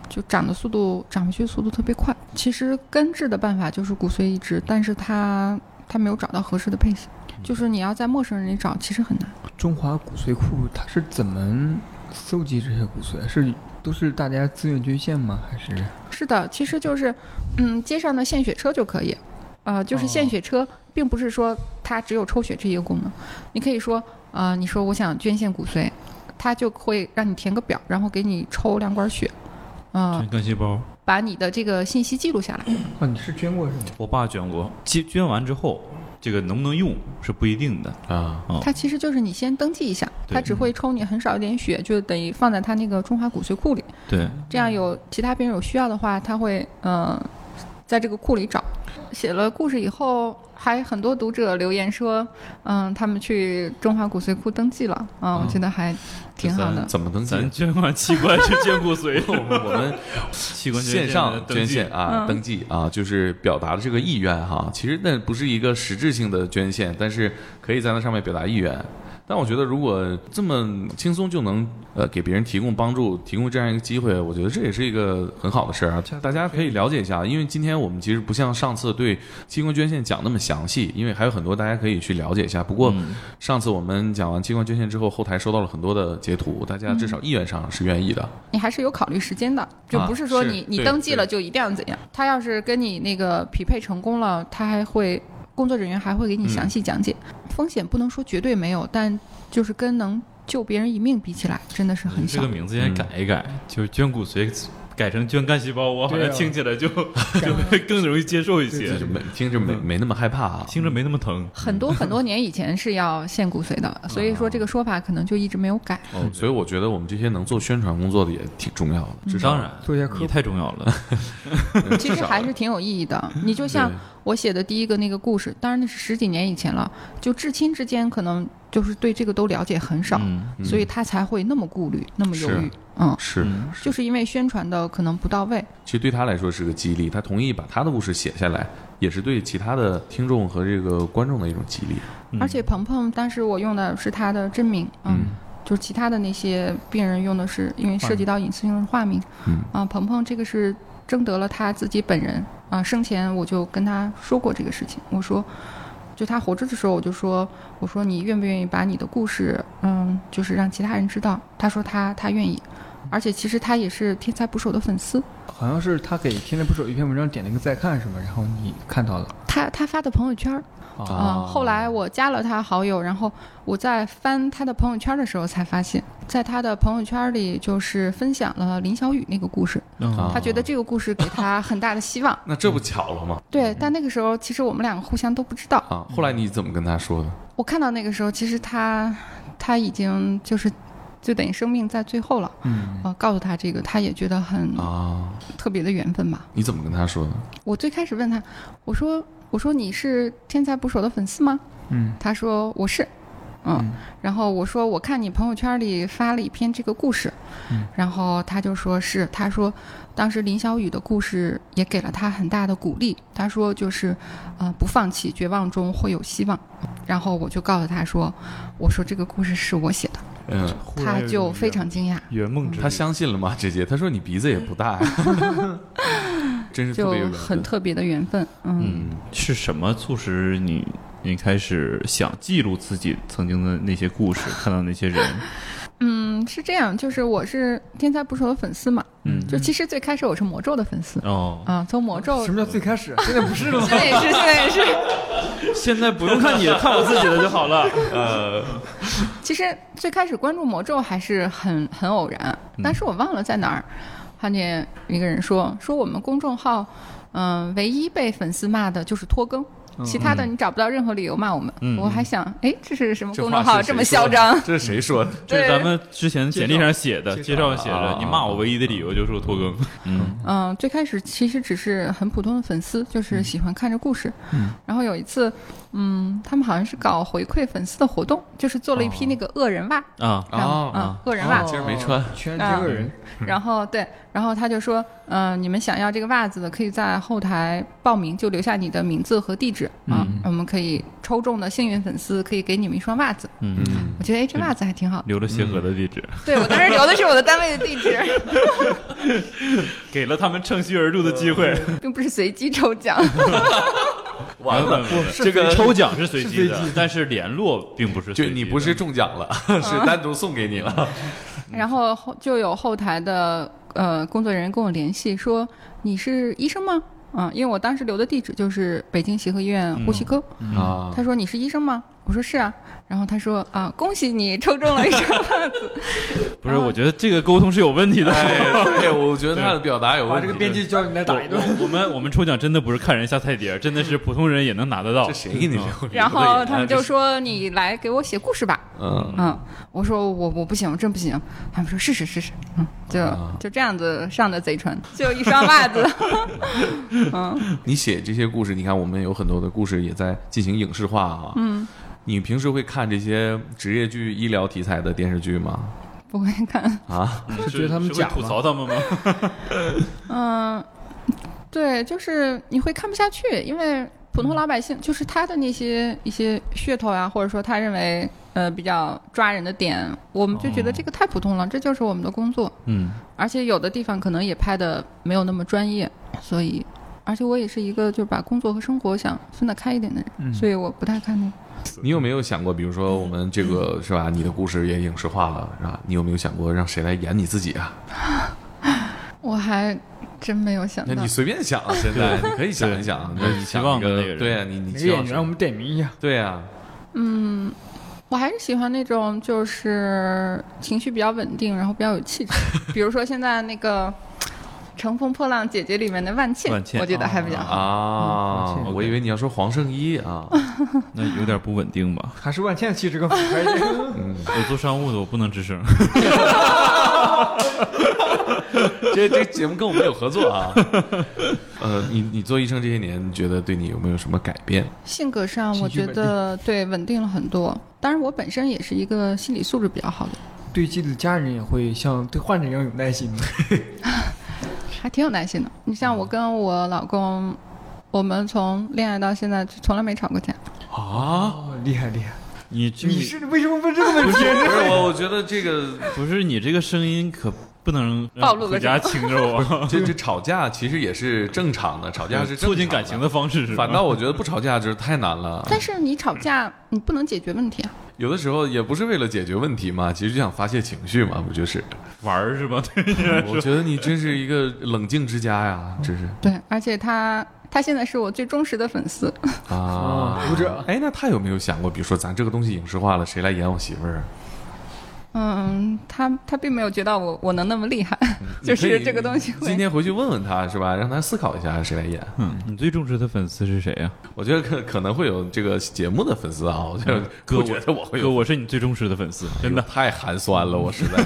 B: 就长的速度长回去速度特别快。其实根治的办法就是骨髓移植，但是它它没有找到合适的配型，就是你要在陌生人里找，其实很难。
D: 中华骨髓库它是怎么搜集这些骨髓？是都是大家自愿捐献吗？还是
B: 是的，其实就是，嗯，街上的献血车就可以，呃，就是献血车，并不是说它只有抽血这一个功能，你可以说，呃，你说我想捐献骨髓，它就会让你填个表，然后给你抽两管血，嗯、
C: 捐干细胞。
B: 把你的这个信息记录下来。
D: 啊？你是捐过是吗？
C: 我爸捐过，捐捐完之后，这个能不能用是不一定的。
A: 啊，
C: 哦
B: 它其实就是你先登记一下，
C: 对
B: 它只会抽你很少一点血，就等于放在它那个中华骨髓库里。
C: 对，
B: 这样有其他病人有需要的话，他会嗯、呃在这个库里找。写了故事以后，还很多读者留言说，嗯、他们去中华骨髓库登记了，啊、
C: 嗯
B: 我觉得还挺好的
A: 咱。怎么登记？
C: 咱捐完器官是捐骨髓，
A: (laughs) 我们我们
C: (laughs) 器官捐
A: 线上捐献
C: 献
A: 啊，登记啊，就是表达的这个意愿哈。其实那不是一个实质性的捐献，但是可以在那上面表达意愿。但我觉得，如果这么轻松就能呃给别人提供帮助，提供这样一个机会，我觉得这也是一个很好的事儿啊。大家可以了解一下，因为今天我们其实不像上次对器官捐献讲那么详细，因为还有很多大家可以去了解一下。不过
C: 嗯
A: 上次我们讲完器官捐献之后，后台收到了很多的截图，大家至少意愿上是愿意的。
B: 你还是有考虑时间的，就
A: 啊
B: 不是说
A: 是
B: 你、你
A: 对
B: 登记
A: 对
B: 了就一定要怎样。他要是跟你那个匹配成功了，他还会工作人员还会给你详细讲解。风险不能说绝对没有，但就是跟能救别人一命比起来，真的是很
C: 嗯这
B: 小
C: 个。名字先改一改，就是捐骨髓改成捐干细胞，我好
D: 对
C: 像
D: 啊
C: 听起来就 (laughs) 就会更容易接受一些
A: 这，就没听着没没那么害怕啊。
C: 听着没那么疼。
B: 很多很多年以前是要献骨髓的，所以说这个说法可能就一直没有改。
A: 哦，所以我觉得我们这些能做宣传工作的也挺重要的，嗯至少
C: 嗯当然，
D: (laughs) 做一下科普
C: 你太重要了。
B: 其实还是挺有意义的。你就像我写的第一个那个故事，当然那是十几年以前了，就至亲之间可能就是对这个都了解很少，
C: 嗯，
B: 所以他才会那么顾虑，那么犹
A: 是
B: 豫。嗯，
A: 是，
B: 就是因为宣传的可能不到位。
A: 其实对他来说是个激励，他同意把他的故事写下来，也是对其他的听众和这个观众的一种激励。
C: 嗯
B: 而且鹏鹏当时我用的是他的真名，嗯，就是其他的那些病人用的是因为涉及到隐私用的是化名，
A: 嗯
B: 啊，鹏鹏这个是征得了他自己本人啊，生前我就跟他说过这个事情，我说。就他活着的时候，我就说，我说你愿不愿意把你的故事，嗯，就是让其他人知道。他说他他愿意，而且其实他也是天才捕手的粉丝，
D: 好像是他给《天天不朽》一篇文章点了一个再看是吗？然后你看到了
B: 他他发的朋友圈儿，
D: 啊？
B: 嗯，
A: 啊
B: 后来我加了他好友，然后我在翻他的朋友圈的时候才发现，在他的朋友圈里就是分享了林小雨那个故事，
C: 嗯
A: 啊
B: 他觉得这个故事给他很大的希
A: (laughs)
B: 望。
A: 那这不巧了吗？
B: 对，但那个时候其实我们两个互相都不知道。
A: 啊，后来你怎么跟他说的？
B: 我看到那个时候，其实他他已经就是就等于生命在最后了。
D: 嗯，
B: 呃，告诉他这个，他也觉得很
A: 啊，
B: 特别的缘分吧。
A: 你怎么跟他说的？
B: 我最开始问他，我说我说你是天才捕手的粉丝吗？
D: 嗯，
B: 他说我是，嗯，
D: 嗯
B: 然后我说我看你朋友圈里发了一篇这个故事，
D: 嗯
B: 然后他就说是，他说当时林小雨的故事也给了他很大的鼓励，他说就是，呃，不放弃，绝望中会有希望。然后我就告诉他说，我说这个故事是我写的，
A: 嗯，
C: 啊忽然
B: 他
C: 有一
B: 就
C: 种
B: 非常惊讶，
C: 圆梦之旅
A: 他相信了吗？直接他说你鼻子也不大
B: (laughs)
A: 呀，真是特
B: 就
A: 别有缘
B: 很
A: 分。
B: 特别的缘分，嗯
A: 嗯，
C: 是什么促使你你开始想记录自己曾经的那些故事，看到那些人？
B: 嗯，是这样，就是我是天才捕手的粉丝嘛，
C: 嗯
B: 就其实最开始我是魔咒的粉丝，
C: 哦，
B: 啊，从魔咒
D: 什么叫最开始？啊现在不是了吗？
B: 现在也是，现在也是。
C: 现在不用看你的，看我自己的就好了。呃
B: 其实最开始关注魔咒还是很很偶然，
A: 嗯
B: 但是我忘了在哪儿看见一个人说说我们公众号，嗯、唯一被粉丝骂的就是拖更。
A: 嗯
B: (laughs) 其他的你找不到任何理由骂我们，我还想，哎，这是什么
A: 这
B: 公
A: 话
B: 众
A: 是
B: 号
A: 谁
B: 这么
A: 说
B: 嚣
A: 的
B: 张？
A: 这是谁说的？
B: (laughs)
C: 这
B: 对
C: 是咱们之前简历上写的，
D: 介
C: 介
D: 绍
C: 绍上写
A: 啊
C: 的，你骂我唯一的理由就是我拖更。嗯，
B: 嗯，
A: 嗯
B: 最开始其实只是很普通的粉丝，就是喜欢看着故事。然后有一次，嗯，他们好像是搞回馈粉丝的活动，就是做了一批那个恶人袜，
C: 啊
B: 然后
A: 哦
B: 嗯， (laughs) 恶人袜，
A: 今儿没穿
D: 圈
B: 啊
D: 接个人，
B: 然后对，然后他就说，嗯、你们想要这个袜子的，可以在后台报名，就留下你的名字和地址啊，我们可以抽中的幸运粉丝可以给你们一双袜子。
C: 嗯，
A: 嗯
B: 我觉得哎，这袜子还挺好。
C: 留了协和的地址，
B: 对我当时留的是我的单位的地址， (laughs)
C: 给了他们趁虚而入的机会。
B: 并不是随机抽奖。
A: 完了，
C: 嗯这个抽奖是随机
D: 是随
C: 的，但是联络并不
A: (laughs)
C: 是随
A: 就
C: 机的。
A: 你不啊是中奖 (laughs) 了，是单独送给你了。
B: 然后后就有后台的呃工作人员跟我联系说，你是医生吗？嗯，因为我当时留的地址就是北京协和医院呼吸科。
C: 嗯
A: 啊
B: 他说：“你是医生吗？”我说：“是啊。”然后他说：“啊，恭喜你抽中了一双袜子。
C: 不是？我觉得这个沟通是有问题的。
A: 对，哎我觉得他的表达有
D: 把
A: 问
D: 这
A: 题。
D: 个编辑叫你来 (laughs) 打一顿。
C: 我我们我们抽奖真的不是看人下菜碟儿，真的是普通人也能拿得到
A: 这。谁给你留的？”
B: 然后他们啊就
A: 这
B: 说：“你来给我写故事吧。”
A: 嗯，
B: 嗯，我说我我不行，我真不行。他们说试试试试，嗯，就就这样子上的贼船，就一双袜 (laughs) 子。
A: 你写这些故事，你看我们有很多的故事也在进行影视化啊。嗯，你平时会看这些职业剧、医疗题材的电视剧吗？
B: 不会看，
A: 啊，
D: 是觉得他们
C: 嗯是会
D: 假吗
C: 吐槽他们吗？ (laughs)
B: 嗯，对，就是你会看不下去，因为普通老百姓就是他的那些一些噱头呀、或者说他认为呃比较抓人的点，我们就觉得这个太普通了，这就是我们的工作。
C: 嗯，
B: 而且有的地方可能也拍的没有那么专业，所以，而且我也是一个就是把工作和生活想分得开一点的人，所以我不太看那个。
A: 你有没有想过，比如说我们这个是吧，你的故事也影视化了是吧？你有没有想过让谁来演你自己啊？
B: 我还真没有想
A: 那
B: 到
A: 你，随便想啊，现 (laughs) 在你可以想一想啊，那你
C: 你
A: 想
C: 希望
A: 一
C: 的那
A: 个
C: 个人
A: 对啊，你你
D: 哪个
A: 希
D: 演
A: 望
D: 员？我
A: 谁？
D: 们点名一下。
A: 对啊，
B: 我还是喜欢那种就是情绪比较稳定，然后比较有气质，比如说现在那个《乘风破浪姐姐》里面的万茜，
C: 万茜
B: 我觉得还比较好。
A: 啊
D: 啊抱，歉
A: 我以为你要说黄圣依啊， (laughs)
C: 那有点不稳定吧？
D: 还是万茜气质更好一
B: (laughs)
D: 点。
C: 我做商务的，我不能吱声。
A: 这这节目跟我们有合作
D: (laughs)
A: 啊。呃，你你做医生这些年，你觉得对你有没有什么改变？
B: 性格上，我
D: 情绪
B: 觉
D: 稳定
B: 得对稳定了很多。当然，我本身也是一个心理素质比较好的人，
D: 对自己的家人也会像对患者一样有耐心的。
B: 还挺有耐心的。你像
A: 嗯
B: 我跟我老公，我们从恋爱到现在就从来没吵过架。
A: 啊，
D: 哦，厉害厉害！
C: (laughs) 你这
D: 你是为什么问这个问题？
A: 不
D: (laughs)
A: 是我，我觉得这个。
C: 不是你这个声音可不能让
B: 暴露了
C: 回家听着 (laughs) 我
A: 这这吵架其实也是正常的，吵架是
C: 促进感情
A: 的。
C: 的方式是吧，
A: 反倒我觉得不吵架就是太难了，
B: 但是你吵架，你不能解决问题啊。
A: 有的时候也不是为了解决问题嘛，其实就想发泄情绪嘛，不
D: (laughs)
A: 就是？
C: 玩儿是吧？
A: 我觉得你真是一个冷静之家呀，真是
B: 对，而且他他现在是我最忠实的粉丝。
A: 啊
D: 啊，读者
A: 哎，那他有没有想过，比如说咱这个东西影视化了，谁来演我媳妇儿？啊
B: 嗯，他他并没有觉得我我能那么厉害，就
A: 嗯你可
B: 是
A: 以
B: 这个东西会
A: 今天回去问问他是吧，让他思考一下谁来演。
C: (laughs) 嗯， (laughs) 你最重视的粉丝是谁啊呀、
A: 我觉得可可能会有这个节目的粉丝啊，我觉得
C: 哥，
A: 不觉得我会
C: 哥，
A: 有，
C: 我是哎你最忠实的粉丝，真的。
A: 太寒酸了，我实 (laughs) 在。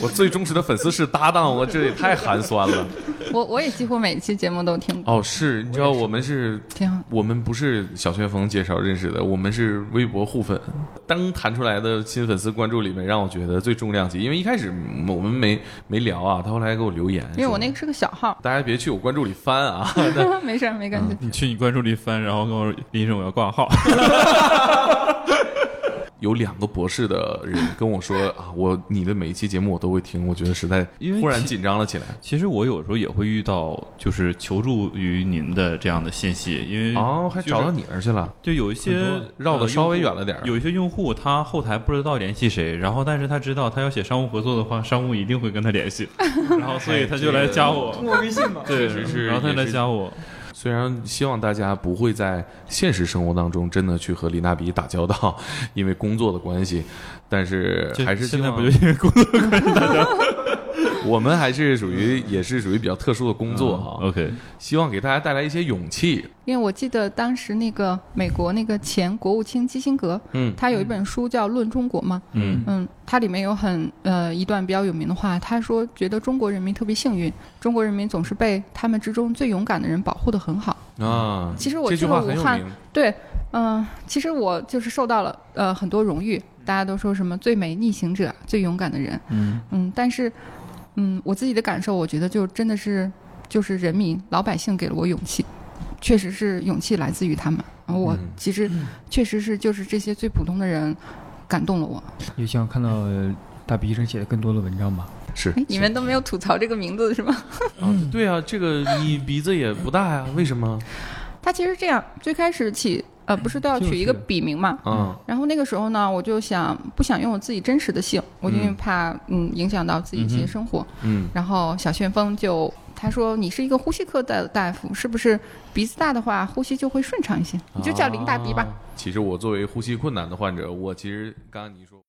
A: 我最忠实的粉丝是搭档，我这也太寒酸了。
B: 我我也几乎每一期节目都听过，
A: 哦，是，你知道我们是
B: 挺好。
A: 我们不是小旋风介绍认识的，我们是微博互粉。当弹出来的新粉丝关注里面，让我觉得最重量级，因为一开始嗯我们没没聊啊，他后来给我留言，
B: 因为我
A: 说
B: 那个是个小号，
A: 大家别去我关注里翻啊，
B: (laughs) 没事儿没感觉。
A: 嗯
C: 你去你关注里翻，然后跟我说林医生我要挂号。
A: 有两个博士的人跟我说啊，我你的每一期节目我都会听，我觉得实在
C: 因为
A: 忽然
C: 其
A: 紧张了起来。
C: 其实我有时候也会遇到，就是求助于您的这样的信息，因为
A: 哦，还
C: 就是
A: 找到你那儿去了，
C: 就有一些
A: 很多绕得
C: 呃
A: 稍微
C: 用
A: 远
C: 户
A: 了点儿
C: 有一些用户他后台不知道联系谁，然后但是他知道他要写商务合作的话，商务一定会跟他
A: (laughs)
C: 联系，然后所以他就来加
D: 通
A: 哎
C: 我。
D: 过微信吧。
A: 确
C: 对
A: 实是，
C: 然后他
A: 也
C: 来
A: 是
C: 加我，
A: 虽然希望大家不会在现实生活当中真的去和李娜比打交道，因为工作的关系，但是
C: 这
A: 还是
C: 现
A: 希
C: 在
A: 望
C: 不就因为 (laughs) 工作
A: (laughs) 我们还是属于也是属于比较特殊的工作啊，
C: ？OK，
A: 希望给大家带来一些勇气。
B: 因为我记得当时那个美国那个前国务卿基辛格，
A: 嗯
B: 他有一本书叫《论中国》嘛，
A: 嗯
B: 嗯，它里面有很呃一段比较有名的话，他说觉得中国人民特别幸运，中国人民总是被他们之中最勇敢的人保护得很好。
A: 啊，
B: 其实我
A: 这
B: 去
A: 句话
B: 了武
A: 很有
B: 汉
A: 名，
B: 对，嗯，其实我就是受到了呃很多荣誉，大家都说什么最美逆行者、最勇敢的人，
D: 嗯
B: 嗯，但是嗯，我自己的感受，我觉得就真的是就是人民老百姓给了我勇气，确实是勇气来自于他们。我
A: 嗯
B: 其实确实是就是这些最普通的人感动了我。
D: 也希望看到呃大鼻生写的更多的文章吧。
A: 是
B: 哎，你们都没有吐槽这个名字是吗？
A: 啊，对啊，这个你鼻子也不大呀，为什么？
B: (laughs) 他其实这样，最开始起呃不是都要取一个
D: 就是
B: 笔名嘛。
A: 啊，
B: 然后那个时候呢，我就想不想用我自己真实的姓，我就因为
A: 嗯
B: 怕嗯影响到自己一
A: 嗯
B: 些
A: 哼
B: 生活，
A: 嗯
B: 然后小旋风就他说你是一个呼吸科的大夫，是不是鼻子大的话呼吸就会
A: 啊
B: 顺畅一些？你就叫林大鼻吧。
A: 啊。其实我作为呼吸困难的患者，我其实刚刚你说。